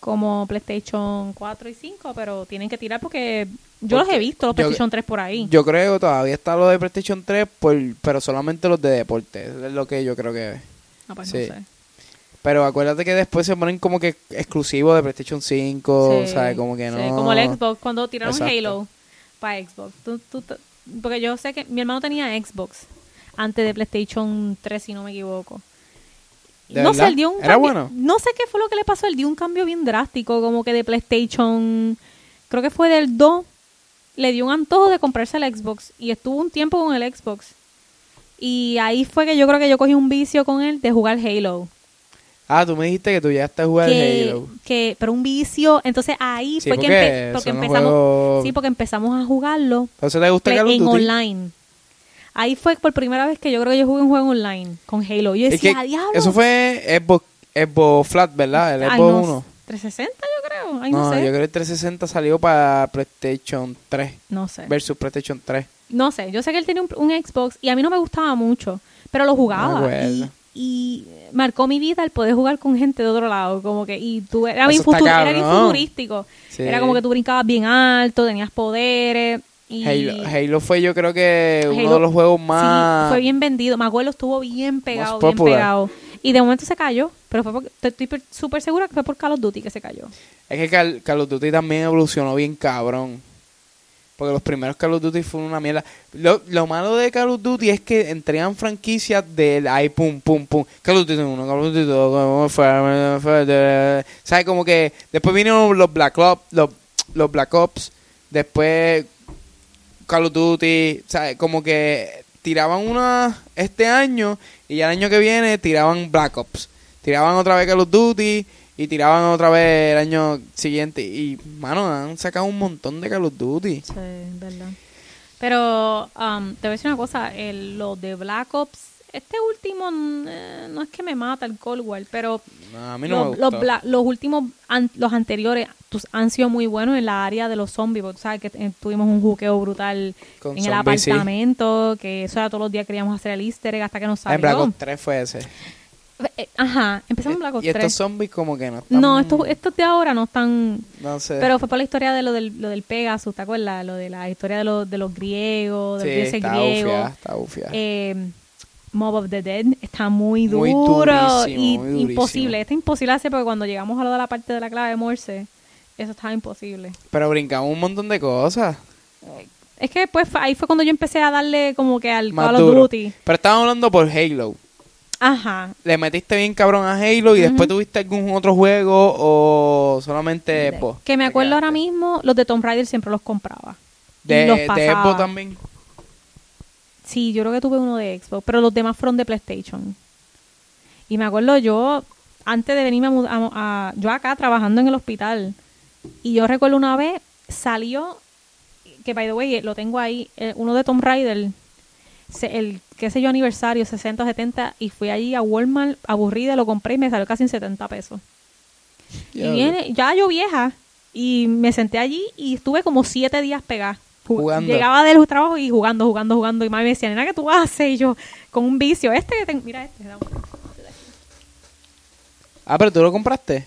A: como PlayStation 4 y 5, pero tienen que tirar porque yo los
B: Porque
A: he visto, los
B: yo-
A: PlayStation 3 por ahí.
B: Yo creo que todavía está lo de PlayStation 3, por, pero solamente los de deporte, es lo que yo creo que...
A: Ah, pues
B: sí.
A: no sé.
B: Pero acuérdate que después se ponen como que exclusivos de PlayStation 5,
A: Sí,
B: ¿sabes? Como que
A: sí,
B: no...
A: como el Xbox, cuando tiraron
B: Exacto.
A: Halo para Xbox. Tú- tú t- porque yo sé que mi hermano tenía Xbox antes de PlayStation 3, si no me equivoco.
B: ¿De
A: no
B: verdad?
A: sé, él dio un
B: ¿Era
A: cambio-
B: bueno?
A: No sé qué fue lo que le pasó. Él dio un cambio bien drástico, como que de PlayStation. Creo que fue del 2. Le dio un antojo de comprarse el Xbox. Y estuvo un tiempo con el Xbox. Y ahí fue que yo creo que yo cogí un vicio con él de jugar Halo.
B: Ah, tú me dijiste que tú llegaste a jugar
A: Que,
B: Halo.
A: que- pero un vicio. Entonces ahí
B: Sí,
A: fue que
B: porque
A: empe- porque
B: son los
A: empezamos.
B: juegos-
A: Sí, porque empezamos a jugarlo
B: Entonces, ¿te gusta
A: play-
B: Call of
A: en
B: Duty?
A: online. Ahí fue por primera vez que yo creo que yo jugué un juego online con Halo. Yo
B: Es
A: decía,
B: que
A: diablo.
B: Eso fue Xbox, Xbox Flat, ¿verdad? El
A: Ay,
B: Xbox
A: no,
B: 1.
A: 360 yo creo. Ay,
B: no,
A: no, sé.
B: yo creo que el 360 salió para PlayStation 3
A: No sé.
B: versus PlayStation 3.
A: No sé. Yo sé que él tenía un, un Xbox y a mí no me gustaba mucho, pero lo
B: No
A: jugaba.
B: me acuerdo.
A: y, y marcó mi vida el poder jugar con gente de otro lado. Como que, y tú era
B: Eso
A: bien,
B: está
A: futu- era bien
B: cabrón.
A: futurístico.
B: Sí.
A: Era como que tú brincabas bien alto, tenías poderes. Y
B: Halo, Halo fue yo creo que uno
A: Halo-
B: de los juegos
A: sí,
B: más...
A: fue bien vendido. Mi abuelo estuvo bien pegado, bien
B: popular.
A: pegado. Y de momento se cayó, pero fue porque, te- estoy per- súper segura que fue por Call of Duty que se cayó.
B: Es que Cal- Call of Duty también evolucionó bien cabrón. Porque los primeros Call of Duty fueron una mierda. Lo, lo malo de Call of Duty es que entregan franquicias del ahí pum pum pum. Call of Duty 1, Call of Duty 2, Call of Duty- ¿Sabes? Como que después vinieron los Black Ops, los, los Black Ops, después Call of Duty, ¿sabes? Como que tiraban una este año y ya el año que viene tiraban Black Ops. Tiraban otra vez Call of Duty y tiraban otra vez el año siguiente. Y, mano, han sacado un montón de Call of Duty.
A: Sí, verdad. Pero um, te voy a decir una cosa, el, lo de Black Ops, este último mm, eh, no es que me mata el Cold War, pero
B: No, a mí no
A: los,
B: me gustó.
A: los bla- los últimos, an- los anteriores tus- han sido muy buenos en la área de los zombies, porque tú sabes que eh, tuvimos un juqueo brutal
B: Con
A: en
B: zombies, sí.
A: el apartamento, que eso era todos los días queríamos hacer el easter egg hasta que nos
B: en
A: salió.
B: Black Ops 3 fue ese.
A: Eh, Ajá, empezamos en Black Ops
B: y estos
A: 3.
B: zombies como que no están...
A: No, estos, estos de ahora no están...
B: No sé.
A: Pero fue por la historia de lo del, lo del Pegasus, ¿te acuerdas? Lo de la historia de, los de los griegos,
B: sí,
A: del dioses
B: está
A: griego.
B: bufiada, está bufiada.
A: Eh, Mob of the Dead está muy duro
B: Muy durísimo,
A: y
B: muy durísimo.
A: imposible. Está imposible hacer porque cuando llegamos a lo de la parte de la clave de Morse, eso estaba imposible.
B: Pero brincamos un montón de cosas.
A: Es que después fue- ahí fue cuando yo empecé a darle como que al
B: Más
A: Call of
B: duro.
A: Duty.
B: Pero estábamos hablando por Halo.
A: Ajá.
B: le metiste bien cabrón a Halo y después tuviste algún otro juego o solamente Xbox.
A: Que me
B: Te
A: acuerdo ahora
B: quedaste.
A: mismo, los de Tomb Raider siempre los compraba. Y
B: De,
A: los
B: de
A: pasaba.
B: Xbox también.
A: Sí, yo creo que tuve uno de Xbox, pero los demás fueron de PlayStation. Y me acuerdo yo, antes de venirme a, mu- a- a- Yo acá trabajando en el hospital. Y yo recuerdo una vez salió, que by the way, lo tengo ahí, eh, uno de Tom Raider, se- el qué sé yo, aniversario, 60 o 70, y fui allí a Walmart, aburrida, lo compré y me salió casi en 70 pesos. Y
B: Ya,
A: viene, ya yo vieja, y me senté allí y estuve como siete días pegada. Ju-
B: Jugando.
A: Llegaba del trabajo y jugando, jugando, jugando. Y mami me decía, nena, ¿qué tú haces? Y yo, con un vicio. Este que tengo, mira este. dame.
B: Ah, pero tú lo compraste.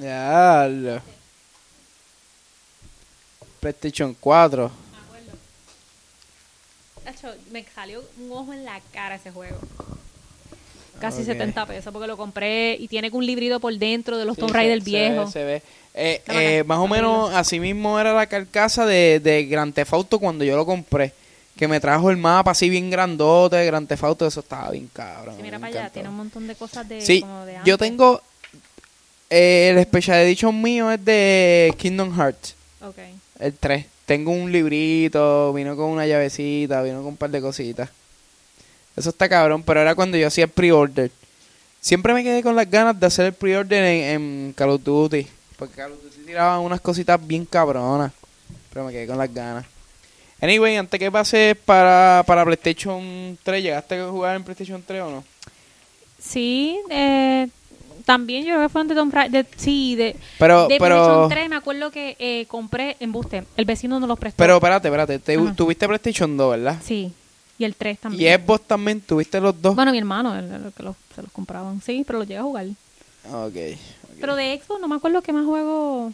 B: Ya. lo- PlayStation 4.
A: Tacho, me salió un ojo en la cara ese juego. Casi
B: Ok.
A: 70 pesos porque lo compré y tiene un librito por dentro de los
B: Sí,
A: Tomb
B: se-
A: Raider
B: se
A: viejos.
B: ve, se ve. Eh,
A: Dame
B: eh,
A: acá,
B: más o menos así mismo era la carcasa de, de Grand Theft Auto cuando yo lo compré. Que me trajo el mapa así bien grandote de Grand Theft Auto. Eso estaba bien cabrón.
A: Sí, mira
B: me
A: para allá,
B: encantó.
A: tiene un montón de cosas de.
B: Sí,
A: como de
B: yo
A: antes.
B: tengo. eh, el Special Edition mío es de Kingdom Hearts,
A: Ok.
B: el 3. Tengo un librito, vino con una llavecita, vino con un par de cositas. Eso está cabrón, pero era cuando yo hacía el pre-order. Siempre me quedé con las ganas de hacer el pre-order en, en Call of Duty. Porque Call of Duty tiraba unas cositas bien cabronas. Pero me quedé con las ganas. Anyway, antes que pases para, para PlayStation 3, ¿llegaste a jugar en PlayStation 3 o no?
A: Sí, eh, también yo creo que fueron de Tomb Raider. de- sí, de,
B: Pero,
A: de
B: pero,
A: PlayStation 3 me acuerdo que eh, compré en Buste. El vecino nos los prestó.
B: pero espérate, espérate. te-
A: Ajá.
B: tuviste PlayStation 2, ¿verdad?
A: sí, y el 3 también.
B: Y Xbox también, tuviste los dos.
A: Bueno, mi hermano, el, el que los, se los compraban. Sí, pero los llegué a jugar.
B: Ok. ok.
A: Pero de Xbox no me acuerdo qué más juego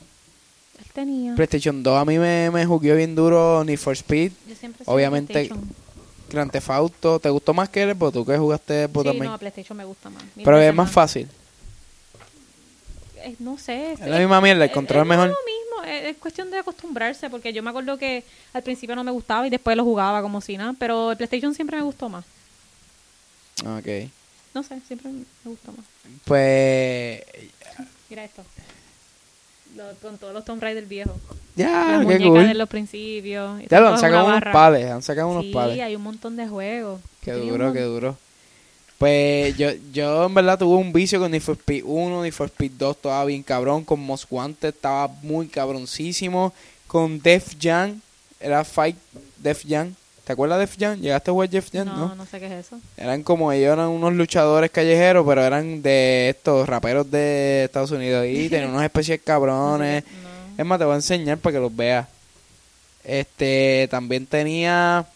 A: él tenía.
B: PlayStation 2 a mí me, me jugué bien duro Need for Speed,
A: Yo siempre soy
B: obviamente- pues,
A: PlayStation.
B: Grand Theft Auto. ¿Te gustó más que el Xbox? ¿Tú que jugaste Xbox
A: sí,
B: también?
A: no, PlayStation me gusta más. Mil
B: pero
A: veces
B: es más fácil.
A: Eh, no sé.
B: Es la misma mierda, el
A: eh,
B: control es
A: no,
B: mejor.
A: lo mismo, eh, es cuestión de acostumbrarse, porque yo me acuerdo que al principio no me gustaba y después lo jugaba como si nada, pero el PlayStation siempre me gustó más.
B: Ok.
A: No sé, siempre me gustó más.
B: Pues...
A: Mira esto. Lo- con todos los Tomb Raider viejos.
B: Ya,
A: Las
B: Ah, qué
A: muñecas de
B: cool.
A: los principios. y
B: Ya
A: todo
B: lo han
A: es
B: sacado
A: una
B: unos
A: barra.
B: pales, han sacado unos
A: sí,
B: pales.
A: hay un montón de juegos.
B: Qué
A: Hay un
B: duro, qué
A: mon-
B: duro. Pues yo, yo en verdad tuve un vicio con Need for Speed 1, Need for Speed 2 estaba bien cabrón, con Most Wanted estaba muy cabroncísimo, con Def Jam, era Fight Def Jam. ¿Te acuerdas de Def Jam? ¿Llegaste a jugar Def Jam?
A: No, no sé qué es eso.
B: Eran como ellos, eran unos luchadores callejeros, pero eran de estos raperos de Estados Unidos
A: [LAUGHS]
B: y tenían unos especies
A: No sé
B: cabrones.
A: qué- no.
B: Es más, te voy a enseñar para que los veas. Este, también tenía...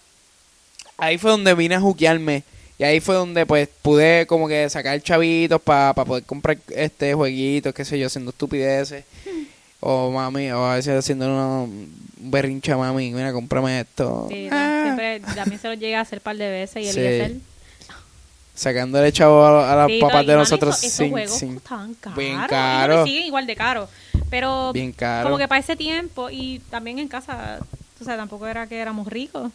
B: Ahí fue donde vine a juquearme. Y ahí fue donde pues pude como que sacar chavitos para poder comprar este jueguitos, qué sé yo, haciendo
A: [LAUGHS]
B: estupideces. O mami, o a veces haciendo una- un berrinche a mami, mira, cómprame esto.
A: Sí, no,
B: Ah.
A: siempre también se lo llega a hacer par de veces y el
B: Sí.
A: Eliezer-
B: Sacándole chavo a, a las
A: Sí,
B: papas
A: no,
B: de
A: y, mano,
B: nosotros
A: esos- esos
B: sin,
A: juegos
B: sin-
A: costaban caro,
B: bien
A: y
B: caro.
A: siguen igual de caro. Pero
B: bien caro.
A: como que para ese tiempo y también en casa, o sea, tampoco era que éramos ricos.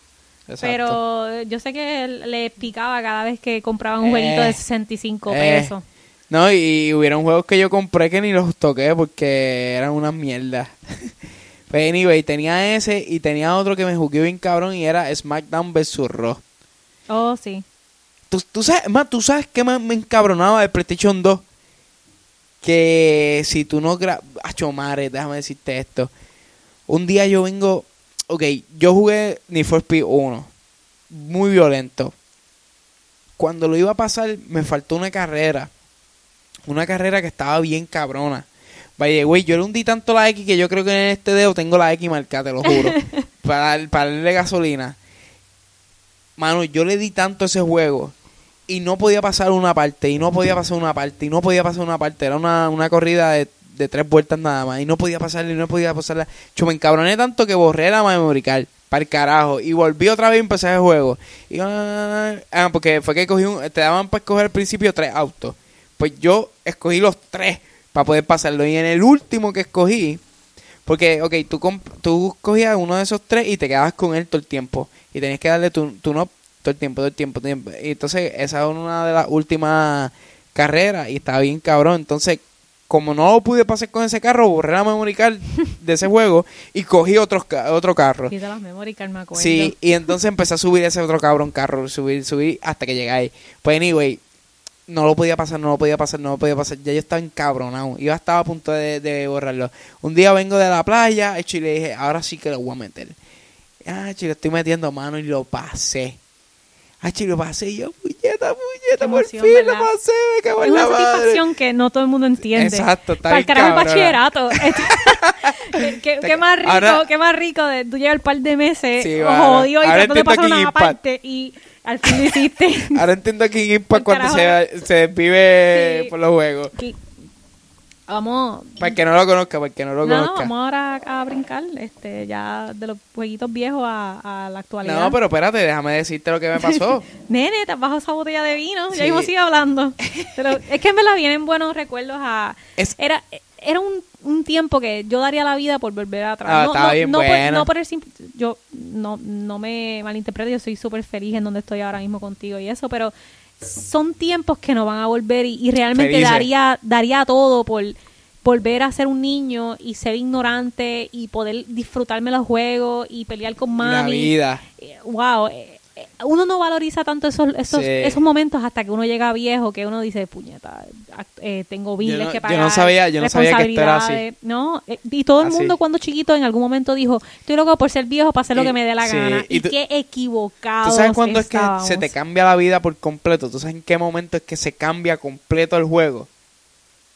B: Exacto.
A: Pero yo sé que él- le picaba cada vez que compraban un
B: Eh,
A: jueguito de 65
B: eh.
A: pesos.
B: No, y, hubieron juegos que yo compré que ni los toqué porque eran unas mierdas. [LAUGHS] Pero anyway, tenía ese y tenía otro que me jugué bien cabrón y era SmackDown vs Raw.
A: Oh, sí.
B: ¿Tú, tú sabes, es más, tú sabes que me, me encabronaba de PlayStation 2. Que si tú no grabas. Chomare, déjame decirte esto. Un día yo vengo. Ok, yo jugué Need for Speed 1. Muy violento. Cuando lo iba a pasar, me faltó una carrera. Una carrera que estaba bien cabrona. Vaya, güey, yo le hundí tanto la X que yo creo que en este dedo tengo la X marcada, te lo juro. para, para darle gasolina. Mano, yo le di tanto a ese juego y no podía pasar una parte, y no podía pasar una parte, y no podía pasar una parte. Era una, una corrida de, de tres vueltas nada más, y no podía pasarla, y no podía pasarla. Yo me encabroné tanto que borré la memory para el carajo, y volví otra vez y empecé el juego. Y, ah, ah, porque fue que cogí un, te daban para escoger al principio tres autos. Pues yo escogí los tres para poder pasarlo, y en el último que escogí, porque, ok, tú, comp- tú cogías uno de esos tres y te quedabas con él todo el tiempo. Y tenías que darle tu, tu no todo el tiempo, todo el tiempo, todo el tiempo. Y entonces, esa era una de las últimas carreras y estaba bien cabrón. Entonces, como no lo pude pasar con ese carro, borré la memory card de ese juego y cogí otro, otro carro.
A: Quita las memorias, me acuerdo.
B: Sí, y entonces empecé a subir ese otro cabrón carro, subir, subir, hasta que llegué ahí. Pues anyway, no lo podía pasar, no lo podía pasar, no lo podía pasar. Ya yo estaba encabronado. Yo estaba a punto de, de borrarlo. Un día vengo de la playa, hecho, y le dije, ahora sí que lo voy a meter. Ah, chico, estoy metiendo mano y lo pasé. Ah, chico, lo pasé y yo, puñeta, puñeta, por
A: emoción,
B: fin lo
A: ¿verdad?
B: pasé, me cago
A: Es
B: en
A: una
B: la madre.
A: satisfacción que no todo el mundo entiende.
B: Exacto, está
A: Para el
B: bien
A: carajo el
B: cabrona.
A: bachillerato. [LAUGHS] Este, qué, qué- qué más rico,
B: Ahora-
A: qué más rico de tú llevas el par de meses
B: Sí,
A: o
B: ahora-
A: jodido y
B: ahora
A: tratando de
B: entiendo
A: pasar
B: King
A: una
B: Impact.
A: parte y al fin lo hiciste. [LAUGHS]
B: Ahora entiendo que Impact
A: Al
B: cuando se,
A: carajo.
B: se desvive
A: Sí.
B: por los juegos.
A: Aquí. Vamos.
B: Para el que no lo conozca, para el que no
A: No,
B: lo
A: no,
B: conozca.
A: vamos ahora a brincar este, ya de los jueguitos viejos a, a la actualidad.
B: No, pero espérate, déjame decirte lo que
A: [LAUGHS]
B: me pasó.
A: Nene, te has bajado esa botella de vino.
B: Sí.
A: Ya mismo sigue hablando.
B: [LAUGHS]
A: Pero es que en verdad vienen buenos recuerdos a...
B: Es-
A: Era, era un, un tiempo que yo daría la vida por volver atrás.
B: Ah,
A: no,
B: estaba
A: no,
B: bien
A: no por,
B: bueno.
A: no por el simple... Yo no, no me malinterprete, yo soy súper feliz en donde estoy ahora mismo contigo y eso, pero son tiempos que no van a volver y, y realmente
B: Felices.
A: daría daría todo por volver a ser un niño y ser ignorante y poder disfrutarme los juegos y pelear con mami
B: La vida.
A: eh, wow, eh, uno no valoriza tanto esos, esos,
B: Sí.
A: esos momentos hasta que uno llega viejo, que uno dice, puñeta, act- eh, tengo biles
B: Yo no-
A: que
B: yo no
A: pagar.
B: sabía- yo no sabía que esto era así.
A: responsabilidades", No, Eh, y todo el
B: Así.
A: mundo cuando chiquito en algún momento dijo, estoy loco por ser viejo para hacer lo
B: Y-
A: que me dé la
B: sí,
A: gana.
B: y
A: Y,
B: tú-
A: qué equivocado.
B: ¿Tú sabes cuándo es que se te cambia la vida por completo? ¿Tú sabes en qué momento es que se cambia completo el juego?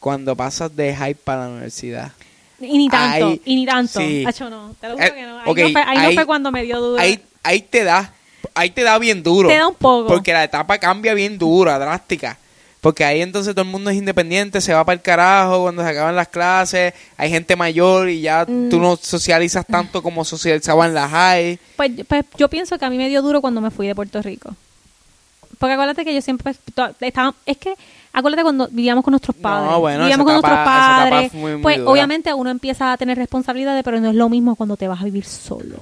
B: Cuando pasas de hype para la universidad.
A: Y ni tanto,
B: Ahí-
A: y ni tanto.
B: sí.
A: Acho, no, te lo juro
B: Eh,
A: que no. Ahí,
B: ok,
A: no, fue, ahí no
B: ahí-
A: fue cuando me dio duda.
B: Ahí, ahí te da, ahí te da bien duro.
A: Te da un poco.
B: Porque la etapa cambia bien dura, drástica. Porque ahí entonces todo el mundo es independiente, se va para el carajo cuando se acaban las clases, hay gente mayor y ya
A: Mm.
B: tú no socializas tanto como socializaban las high.
A: Pues, pues yo pienso que a mí me dio duro cuando me fui de Puerto Rico. Porque acuérdate que yo siempre pues, to- estaba, es que acuérdate cuando vivíamos con nuestros padres,
B: No, bueno,
A: vivíamos
B: esa
A: con nuestros
B: etapa- esa etapa
A: padres,
B: fue muy, muy
A: pues
B: dura.
A: obviamente uno empieza a tener responsabilidades, pero no es lo mismo cuando te vas a vivir solo.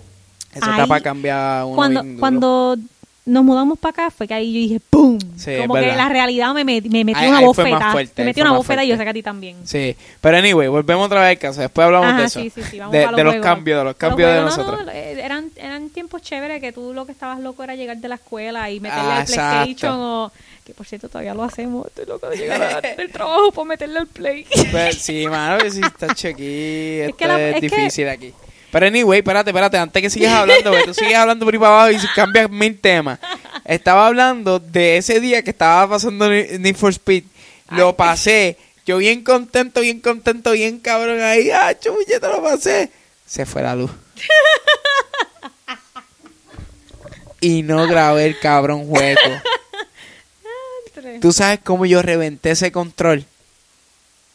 B: Esa
A: Ahí-
B: etapa cambia uno
A: cuando
B: bien duro.
A: cuando nos mudamos para acá fue que ahí yo dije, ¡pum!
B: Sí,
A: Como
B: es
A: que
B: verdad.
A: la realidad me, met- me metió
B: Ahí-
A: una
B: ahí fue más
A: bofeta,
B: fuerte,
A: me
B: ahí
A: metió
B: fue
A: una
B: más
A: bofeta y yo
B: fuerte.
A: sé que a ti también.
B: Sí, pero anyway, volvemos otra vez al caso, después hablamos
A: Ajá,
B: de eso.
A: sí, sí, sí, vamos
B: de,
A: para
B: de los
A: juegos.
B: cambios, de los cambios de
A: juegos, no,
B: nosotros.
A: no, eh, eran, eran tiempos chéveres que tú lo que estabas loco era llegar de la escuela y meterle
B: Ah,
A: al PlayStation
B: exacto.
A: o... Que por cierto, todavía lo hacemos. Estoy loco de llegar a- del trabajo por meterle al Play.
B: Pues, sí, mano, que si estás aquí,
A: Es
B: esto es,
A: que la- es que-
B: difícil aquí. Pero anyway, espérate, espérate, antes que sigas hablando, porque tú sigues hablando por ahí para abajo y cambias mil temas. Estaba hablando de ese día que estaba pasando Ne- Need for Speed. Lo pasé, yo bien contento, bien contento, bien cabrón ahí. ¡Ah, chumulleta, lo pasé! Se fue
A: [LAUGHS]
B: la luz. Y no grabé el cabrón
A: [LAUGHS]
B: juego. [LAUGHS] ¿Tú sabes cómo yo reventé ese control?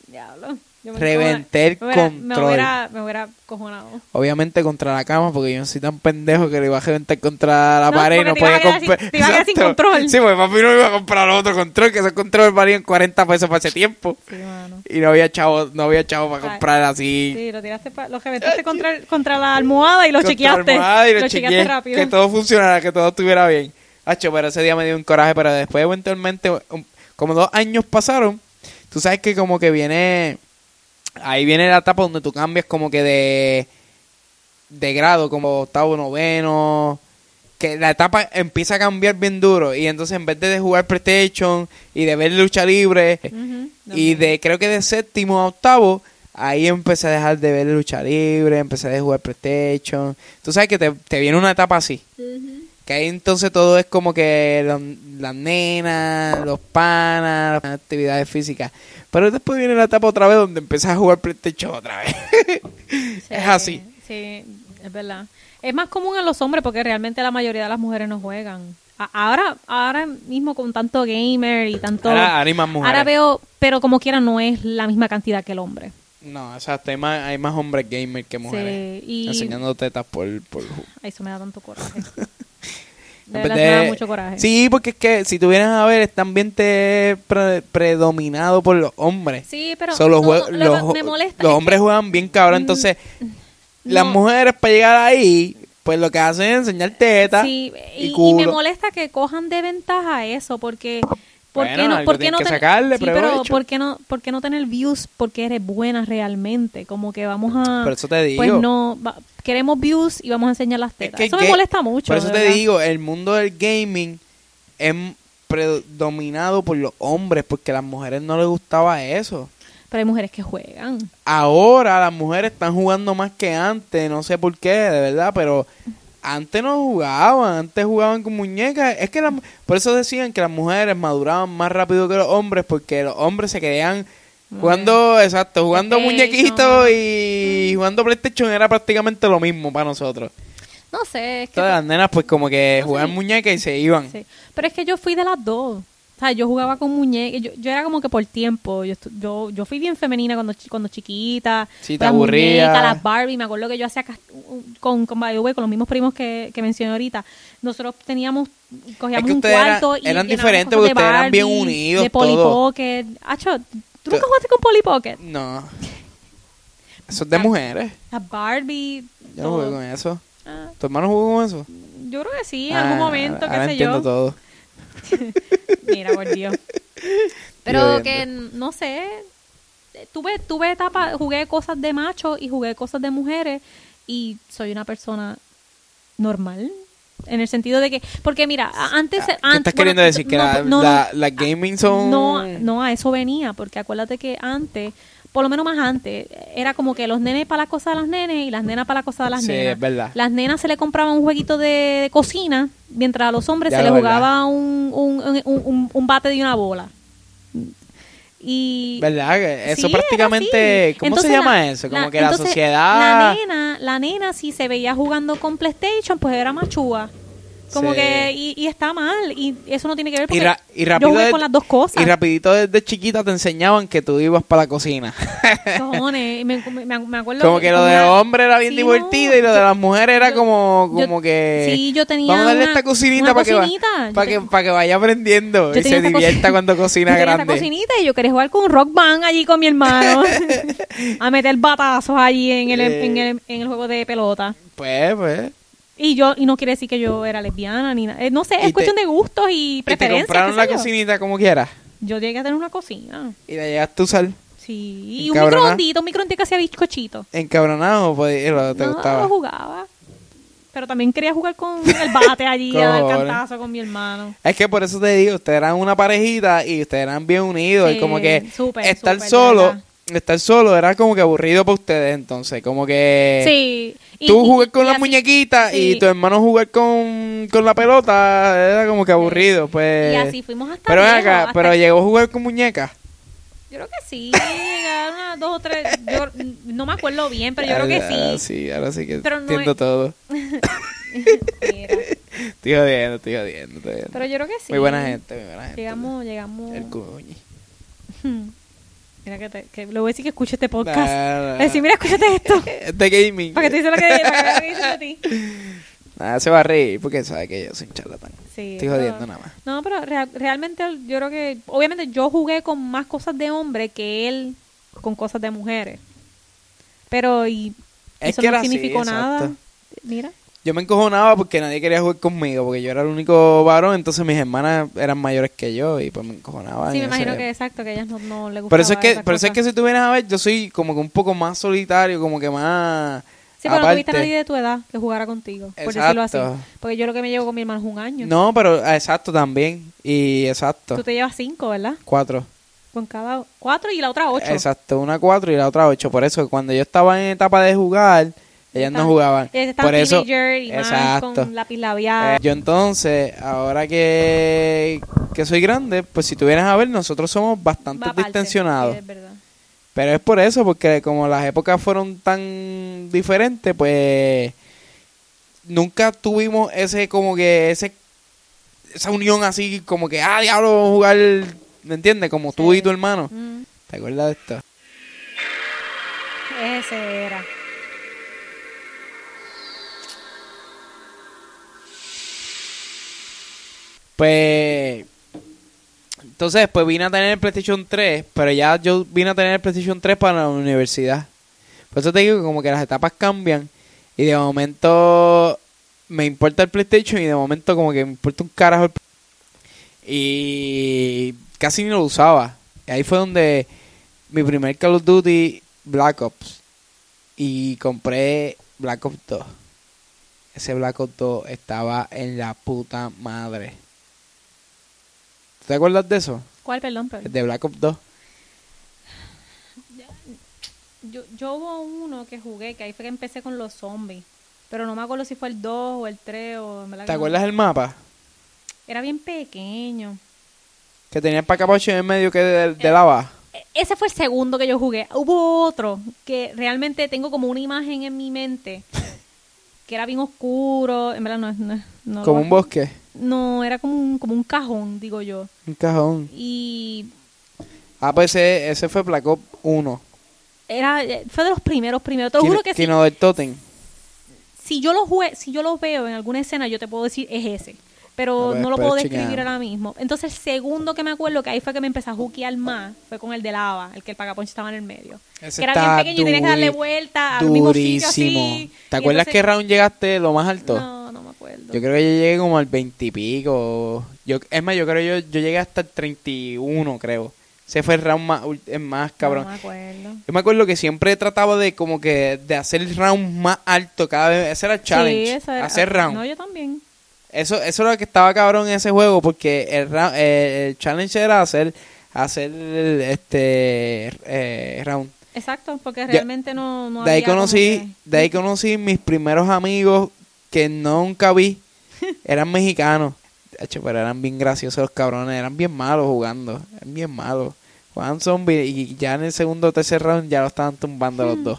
A: Diablo. Yo me-
B: Reventé el
A: me hubiera- Me
B: control.
A: hubiera, me hubiera cojonado.
B: Obviamente contra la cama, porque yo no soy tan pendejo que le iba a reventar contra la
A: No,
B: pared y
A: porque
B: no
A: te ibas a
B: podía
A: quedar sin-
B: comprar.
A: te ibas a quedar sin control.
B: Sí, porque papi no iba a comprar otro control, que esos controles valían 40 pesos para ese tiempo.
A: Sí, mano.
B: Y no había chavo, no había chavo para
A: Ay.
B: comprar así.
A: Sí, lo tiraste pa- lo
B: [LAUGHS]
A: reventaste contra, contra la almohada y lo
B: contra
A: chequeaste.
B: almohada y lo
A: lo
B: chequeé,
A: chequeaste rápido.
B: Que todo funcionara, que todo estuviera bien. Hacho, pero ese día me dio un coraje, pero después eventualmente, un- como dos años pasaron, tú sabes que como que viene, ahí viene la etapa donde tú cambias como que de, de grado, como octavo, noveno, que la etapa empieza a cambiar bien duro y entonces en vez de jugar PlayStation y de ver lucha libre,
A: Ujú, no.
B: y de creo que de séptimo a octavo, ahí empecé a dejar de ver lucha libre, empecé a jugar PlayStation. Tú sabes que te, te viene una etapa así. Que ahí entonces todo es como que lo- las nenas, los panas, las actividades físicas. Pero después viene la etapa otra vez donde empiezas a jugar PlayStation
A: [LAUGHS]
B: otra vez.
A: Sí,
B: es así.
A: Sí, es verdad. Es más común en los hombres porque realmente la mayoría de las mujeres no juegan. A- Ahora, ahora mismo con tanto gamer y tanto...
B: Ahora- ahora hay más mujeres.
A: Ahora veo, pero como quiera no es la misma cantidad que el hombre.
B: No, exacto. Hay más, hay más hombres gamer que mujeres.
A: Sí, y-
B: Enseñando tetas por, por,
A: Ay, Eso me da tanto
B: [LAUGHS]
A: coraje.
B: En
A: De
B: vez
A: verdad, me da
B: de-
A: mucho coraje.
B: Sí, porque es que si tú vienes a ver, este ambiente pre- predominado por los hombres.
A: Sí, pero
B: So, los,
A: no, no,
B: jue-
A: lo que
B: los-
A: me molesta
B: los
A: es
B: hombres juegan bien cabrón, entonces las
A: no.
B: mujeres para llegar ahí, pues lo que hacen es enseñar teta
A: Sí,
B: y,
A: y, y
B: culo.
A: me molesta que cojan de ventaja eso, porque ¿por qué
B: Bueno,
A: no,
B: algo
A: por qué
B: tienen
A: no
B: que
A: ten-
B: sacarle
A: sí, pero
B: provecho.
A: ¿por qué no, por qué no tener views porque eres buena realmente? Como que vamos a
B: Por eso te digo.
A: Pues no, va- queremos views y vamos a enseñar las
B: Es
A: tetas.
B: que
A: eso
B: ga-
A: me molesta mucho.
B: Por eso
A: de
B: te
A: verdad.
B: digo, el mundo del gaming es predominado por los hombres, porque a las mujeres no les gustaba eso.
A: Pero hay mujeres que juegan.
B: Ahora las mujeres están jugando más que antes, no sé por qué, de verdad, pero antes no jugaban, antes jugaban con muñecas. Es que las mu- por eso decían que las mujeres maduraban más rápido que los hombres, porque los hombres se querían jugando, exacto, jugando
A: PlayStation.
B: muñequitos y jugando PlayStation era prácticamente lo mismo para nosotros.
A: No sé, es que
B: Todas las nenas pues como que
A: No sé.
B: jugaban muñecas y se iban.
A: Sí. Pero es que yo fui de las dos. O sea, yo jugaba con muñecas. Yo, yo era como que por tiempo. Yo, estu- yo, yo fui bien femenina cuando, chi- cuando chiquita.
B: Sí, te
A: Las
B: aburría.
A: muñecas, las Barbie. Me acuerdo que yo hacía cas- con, con, by the way, con los mismos primos que, que mencioné ahorita. Nosotros teníamos, cogíamos
B: que
A: un
B: ustedes eran-
A: cuarto y
B: eran
A: llenábamos
B: diferentes
A: cosas de
B: porque ustedes eran bien
A: Barbie,
B: unidos,
A: De Polly
B: todo.
A: Pocket. Acho, ¿tú nunca
B: Tú-
A: jugaste con Polly Pocket?
B: No.
A: Ah.
B: Eso es de mujeres.
A: Las Barbie.
B: Yo no
A: todo.
B: jugué con eso.
A: Oh. Ah,
B: ¿Tu hermano jugó con eso?
A: yo creo que sí, en
B: Ah,
A: algún momento, qué
B: ahora
A: sé
B: entiendo
A: yo.
B: todo.
A: Mira, por Dios.
B: [LAUGHS] Dios
A: Pero que,
B: viendo.
A: n- no sé, eh, tuve, tuve etapas, jugué cosas de macho y jugué cosas de mujeres y soy una persona normal. en el sentido de que, porque mira, a- antes...
B: Ah, ¿Qué
A: an-
B: estás
A: bueno,
B: queriendo decir? ¿Que
A: no,
B: la,
A: no, no.
B: la- las gaming son...?
A: No, no, a eso venía, porque acuérdate que antes, por lo menos más antes, era como que los nenes para las cosas de las nenes y las nenas para las cosas de las
B: Sí,
A: nenas.
B: es verdad.
A: Las nenas se le compraban un jueguito de cocina, mientras a los hombres
B: Ya
A: se
B: es
A: les
B: verdad.
A: jugaba un, un, un- un- un bate de una bola. Y
B: ¿Verdad? Que Eso
A: Sí, era
B: prácticamente...
A: así.
B: ¿Cómo
A: Entonces,
B: se llama
A: la-
B: eso? Como
A: la-
B: que la
A: entonces,
B: sociedad...
A: La nena, la nena, si se veía jugando con PlayStation, pues era machúa. Como
B: Sí.
A: que, y, y está mal, y eso no tiene que ver
B: Y,
A: porque
B: ra- y
A: yo
B: rápido
A: jugué
B: de-
A: con las dos cosas.
B: Y rapidito desde chiquita te enseñaban que tú ibas para la cocina.
A: [LAUGHS] Cojones, y me, me- me acuerdo
B: [LAUGHS] como que lo de
A: una-
B: hombre era bien
A: Sí,
B: divertido
A: no,
B: y lo de
A: yo-
B: las mujeres era
A: yo-
B: como,
A: yo-
B: como que...
A: sí, yo tenía
B: Vamos a darle
A: una-
B: esta cocinita
A: una
B: para que, va-
A: cocinita. Yo
B: para que,
A: te-
B: para que vaya aprendiendo
A: yo
B: y
A: tenía
B: se
A: esa cosi-
B: divierta cuando
A: [LAUGHS] yo
B: cocina
A: tenía esa
B: grande.
A: cocinita y yo quería jugar con un rock band allí con mi
B: [LAUGHS]
A: hermano. a meter batazos allí en el,
B: Eh.
A: en, el, en el juego de pelota.
B: Pues, pues.
A: Y yo y no quiere decir que yo era lesbiana ni nada. Eh, no sé,
B: Y
A: es
B: te-
A: cuestión de gustos y
B: Y te
A: preferencias.
B: compraron
A: qué
B: la
A: sé yo.
B: cocinita como quieras
A: Yo llegué a tener una cocina.
B: y la llegaste a usar
A: Sí,
B: ¿Y
A: y un
B: cabrona?
A: microondito, un microondito que hacía bizcochito.
B: encabronado pues, y lo- te
A: no,
B: gustaba.
A: jugaba. Pero también quería jugar con el bate allí, a dar
B: [LAUGHS] Cojones.
A: cantazo con mi hermano.
B: Es que por eso te digo, ustedes eran una parejita y ustedes eran bien unidos y
A: Sí,
B: como que
A: súper,
B: estar
A: súper, de
B: solo,
A: verdad.
B: estar solo era como que aburrido para ustedes entonces, como que...
A: Sí. y-
B: Eh, Tú
A: y-
B: jugar con
A: y
B: la
A: así-
B: muñequita y em-
A: sí.
B: tu hermano jugar con, con la pelota era como que aburrido, pues.
A: Y así fuimos hasta
B: Pero ven
A: lejos,
B: acá,
A: hasta-
B: pero llegó a jugar con muñecas.
A: Yo creo que sí, llegaron unas dos o tres. Yo no me acuerdo bien, pero yo creo
B: Ahora
A: que sí.
B: sí, ahora sí que
A: Pero no
B: entiendo
A: es-
B: todo.
A: Mira,
B: Estoy jodiendo, estoy jodiendo, estoy jodiendo.
A: pero yo creo que sí.
B: Muy buena gente, muy buena gente.
A: Llegamos, llegamos.
B: El cuñi.
A: [LAUGHS] Mira que, te, que le voy a decir que escuche este podcast.
B: Nah, nah,
A: Le voy a decir, mira, escúchate
B: [LAUGHS]
A: esto.
B: De gaming.
A: Para que te dice lo que, para que, veas lo que dicen de
B: [LAUGHS]
A: ti.
B: Nada, se va a reír porque sabe que yo soy un charlatán.
A: Sí,
B: Estoy
A: pero-
B: jodiendo nada más.
A: No, pero rea- realmente yo creo que, obviamente yo jugué con más cosas de hombre que él con cosas de mujeres. Pero y
B: Es
A: eso
B: que
A: no
B: era así,
A: significó nada.
B: exacto.
A: Mira.
B: Yo me encojonaba porque nadie quería jugar conmigo, porque yo era el único varón, entonces mis hermanas eran mayores que yo y pues me encojonaba.
A: Sí,
B: en
A: me imagino
B: ese-
A: que exacto, que a ellas no, no le gustaba.
B: Por eso es que,
A: esa
B: por eso es que
A: cosa.
B: si tú vienes a ver, yo soy como que un poco más solitario, como que más
A: Sí, pero no tuviste a
B: aparte.
A: nadie de tu edad que jugara contigo, por decirlo así.
B: Exacto.
A: Porque yo lo que me llevo con mi hermano es un año.
B: No, pero ah, exacto también. Y exacto.
A: Tú te llevas cinco, ¿verdad?
B: Cuatro.
A: Con cada cuatro y la otra ocho.
B: Exacto, una cuatro y la otra ocho. Por eso cuando yo estaba en etapa de jugar, ellas no
A: Estaban-
B: jugaban.
A: Ellas estaban
B: Por eso,
A: teenager y más
B: exacto.
A: con lápiz labial.
B: Eh, yo entonces, ahora que, que soy grande, pues si tú vienes a ver, nosotros somos bastante
A: Va aparte,
B: distensionados.
A: sí, es verdad.
B: Pero es por eso, porque como las épocas fueron tan diferentes, pues nunca tuvimos ese como que ese esa unión así como que ah diablo vamos a jugar, ¿me entiendes? Como tú
A: Sí.
B: y tu hermano.
A: Mm,
B: ¿Te acuerdas de esto?
A: ese era.
B: Pues entonces después vine a tener el PlayStation 3, pero ya yo vine a tener el PlayStation 3 para la universidad. Por eso te digo que como que las etapas cambian y de momento me importa el PlayStation y de momento como que me importa un carajo el y casi ni lo usaba. Y ahí fue donde mi primer Call of Duty Black Ops y compré Black Ops 2. Ese Black Ops 2 estaba en la puta madre. ¿Tú ¿Te acuerdas de eso?
A: ¿Cuál, perdón? perdón?
B: El de Black Ops 2.
A: Yo, yo hubo uno que jugué, que ahí fue que empecé con los zombies. Pero no me acuerdo si fue el 2 o el 3 o... en verdad que
B: ¿Te
A: Ah, no.
B: acuerdas del mapa?
A: Era bien pequeño.
B: Que tenía el pacapacho en el medio que de, de lava.
A: E- Ese fue el segundo que yo jugué. Hubo otro que realmente tengo como una imagen en mi mente que era bien oscuro. En verdad no es... No, es- no lo
B: como
A: voy a-
B: un bosque.
A: No, era como un, como un cajón, digo yo.
B: Un cajón.
A: Y
B: Ah, pues ese, ese fue Black Ops 1.
A: era eh, fue de los primeros, primeros. Te lo
B: Kino-
A: juro que sí.
B: Kino del Totem.
A: si yo lo jue- si yo lo veo en alguna escena, yo te puedo decir es ese, pero
B: A ver,
A: no lo
B: puedes
A: puedo describir
B: chequear.
A: ahora mismo. Entonces, el segundo que me acuerdo que ahí fue que me empecé a juquear más, fue con el de lava, el que el pagaponcho estaba en el medio. que
B: Ese
A: era
B: está
A: bien pequeño y tenías que darle
B: duri-
A: vuelta al mismo sitio
B: Durísimo.
A: así.
B: ¿Te acuerdas
A: que
B: qué round llegaste lo más alto?
A: No, no me acuerdo.
B: Yo creo que yo llegué como al 20 y pico. Yo, es más, yo creo yo, yo llegué hasta el 31, creo. Ese fue el round más, ul- el más cabrón.
A: No me acuerdo.
B: Yo me acuerdo que siempre trataba de como que de hacer el round más alto cada vez. Ese era el challenge.
A: Sí, esa era-
B: hacer round.
A: No, yo también.
B: Eso, eso era lo que estaba cabrón en ese juego, porque el, ra- eh, el challenge era hacer, hacer este eh, round.
A: Exacto, porque
B: Ya-
A: realmente no, no
B: de ahí
A: había como
B: conocí, de ahí conocí mis primeros amigos que
A: [LAUGHS]
B: nunca vi. Eran mexicanos. Hacho, pero eran bien graciosos los cabrones, eran bien malos jugando, eran bien malos. Jugaban zombie y ya en el segundo o tercer round ya lo estaban tumbando
A: Hmm.
B: los dos.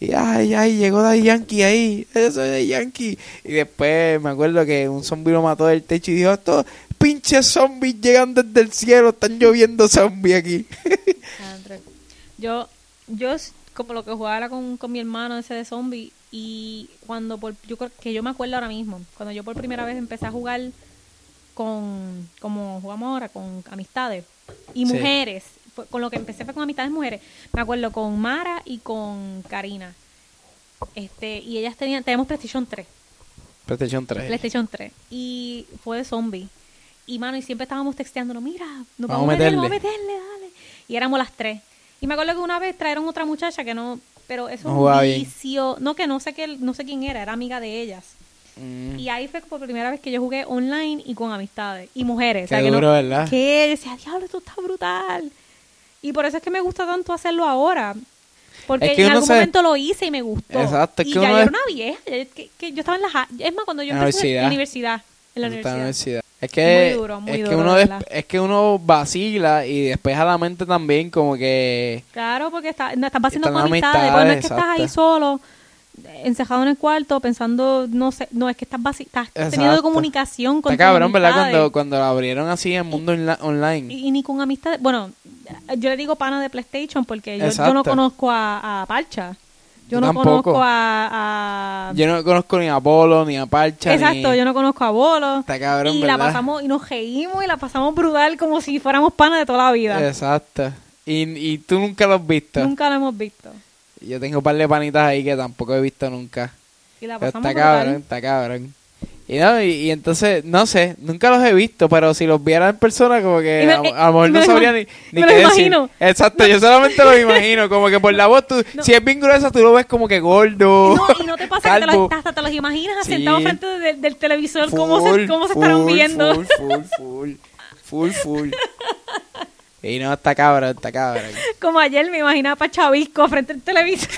B: Y ay, ay, llegó Daddy Yankee ahí, eso es Daddy Yankee. Y después me acuerdo que un zombie lo mató del techo y dijo, estos pinches zombies llegan desde el cielo, están lloviendo zombies aquí.
A: que- André. Yo, yo s- como lo que jugaba era con, con mi hermano ese de zombie y cuando por, yo creo que yo me acuerdo ahora mismo, cuando yo por primera vez empecé a jugar con, como jugamos ahora, con amistades y
B: Sí.
A: mujeres, fue- con lo que empecé fue con amistades mujeres, me acuerdo con Mara y con Karina. Este, y ellas tenían, tenemos PlayStation 3.
B: PlayStation 3.
A: PlayStation 3. Y fue de zombie. Y mano, y siempre estábamos texteándonos, mira, nos
B: Vamos
A: vamos,
B: a
A: a meterle,
B: meterle.
A: vamos a meterle, dale. Y éramos las tres. Y me acuerdo que una vez trajeron otra muchacha que no, pero eso
B: No jugaba
A: es
B: bien.
A: un vicio. No, que no sé qué, no sé quién era, era amiga de ellas.
B: Mm.
A: Y ahí fue por primera vez que yo jugué online y con amistades y mujeres. o sea,
B: Qué
A: que no-
B: duro, ¿verdad?
A: Que yo decía, diablo, esto está brutal. Y por eso es que me gusta tanto hacerlo ahora. Porque
B: Es que
A: en
B: uno
A: algún
B: se-
A: momento lo hice y me gustó.
B: Exacto, es
A: y ya
B: que uno
A: yo
B: es-
A: era una vieja. ya- Que, que yo estaba en la... ja- Es más, cuando yo
B: En la
A: empecé en la
B: universidad.
A: universidad. En la
B: Está
A: universidad.
B: en la universidad. Es que,
A: Muy duro, muy
B: es, que
A: duro,
B: uno
A: de
B: des-
A: verdad.
B: es que uno vacila y despeja la mente también como que...
A: Claro, porque está, no, estás haciendo
B: Están
A: con amistades.
B: amistades,
A: Pues no es que estás ahí
B: exacto.
A: solo, eh, encejado en el cuarto, pensando, no sé, no, es que estás, basi- estás teniendo
B: Exacto.
A: comunicación con
B: Está
A: tus
B: cabrón, ¿verdad? Cuando,
A: amistades.
B: cuando lo abrieron así en mundo onla- online.
A: y, y ni con amistad. Bueno, yo le digo pana de PlayStation porque yo, yo
B: Exacto.
A: no conozco a, a Parcha. Yo,
B: Yo
A: no
B: tampoco.
A: conozco a. a-
B: Yo no conozco ni a Apolo, ni a Parcha,
A: Exacto,
B: ni...
A: yo no conozco a Bolo.
B: Está cabrón,
A: y la
B: ¿verdad?
A: pasamos, y nos reímos y la pasamos brutal como si fuéramos panas de toda la vida.
B: Exacto. Y, y tú nunca los has visto.
A: Nunca lo hemos visto.
B: Yo tengo un par de panitas ahí que tampoco he visto nunca.
A: Y la
B: Pero
A: pasamos
B: está
A: brutal.
B: cabrón, está cabrón. Y, no, y, y entonces, no sé, nunca los he visto, pero si los viera en persona, como que
A: Y me-
B: a, a lo mejor
A: me lo
B: no sabría ni,
A: ima-
B: ni
A: me
B: qué
A: lo
B: decir.
A: imagino.
B: Exacto, yo
A: [LAUGHS]
B: solamente los imagino, como que por la voz, tú, si es bien gruesa, tú lo ves como que gordo.
A: Y no, y no te pasa que te
B: calvo.
A: los, hasta te los imaginas
B: Sí.
A: sentados frente de- del televisor, cómo se,
B: Full,
A: cómo se estarán
B: full,
A: viendo.
B: Full, full, full, full, full. Y no, está cabrón, está
A: [LAUGHS]
B: cabrón.
A: [LAUGHS] Como ayer me imaginaba a Chavisco frente al televisor.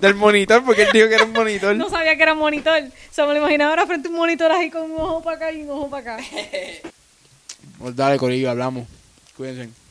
B: Del monitor, porque él dijo que era un monitor.
A: No sabía que era monitor. Solo me lo imaginaba ahora frente a un monitor así con un ojo para acá y un ojo para acá.
B: Pues Dale, Corillo, hablamos. Cuídense.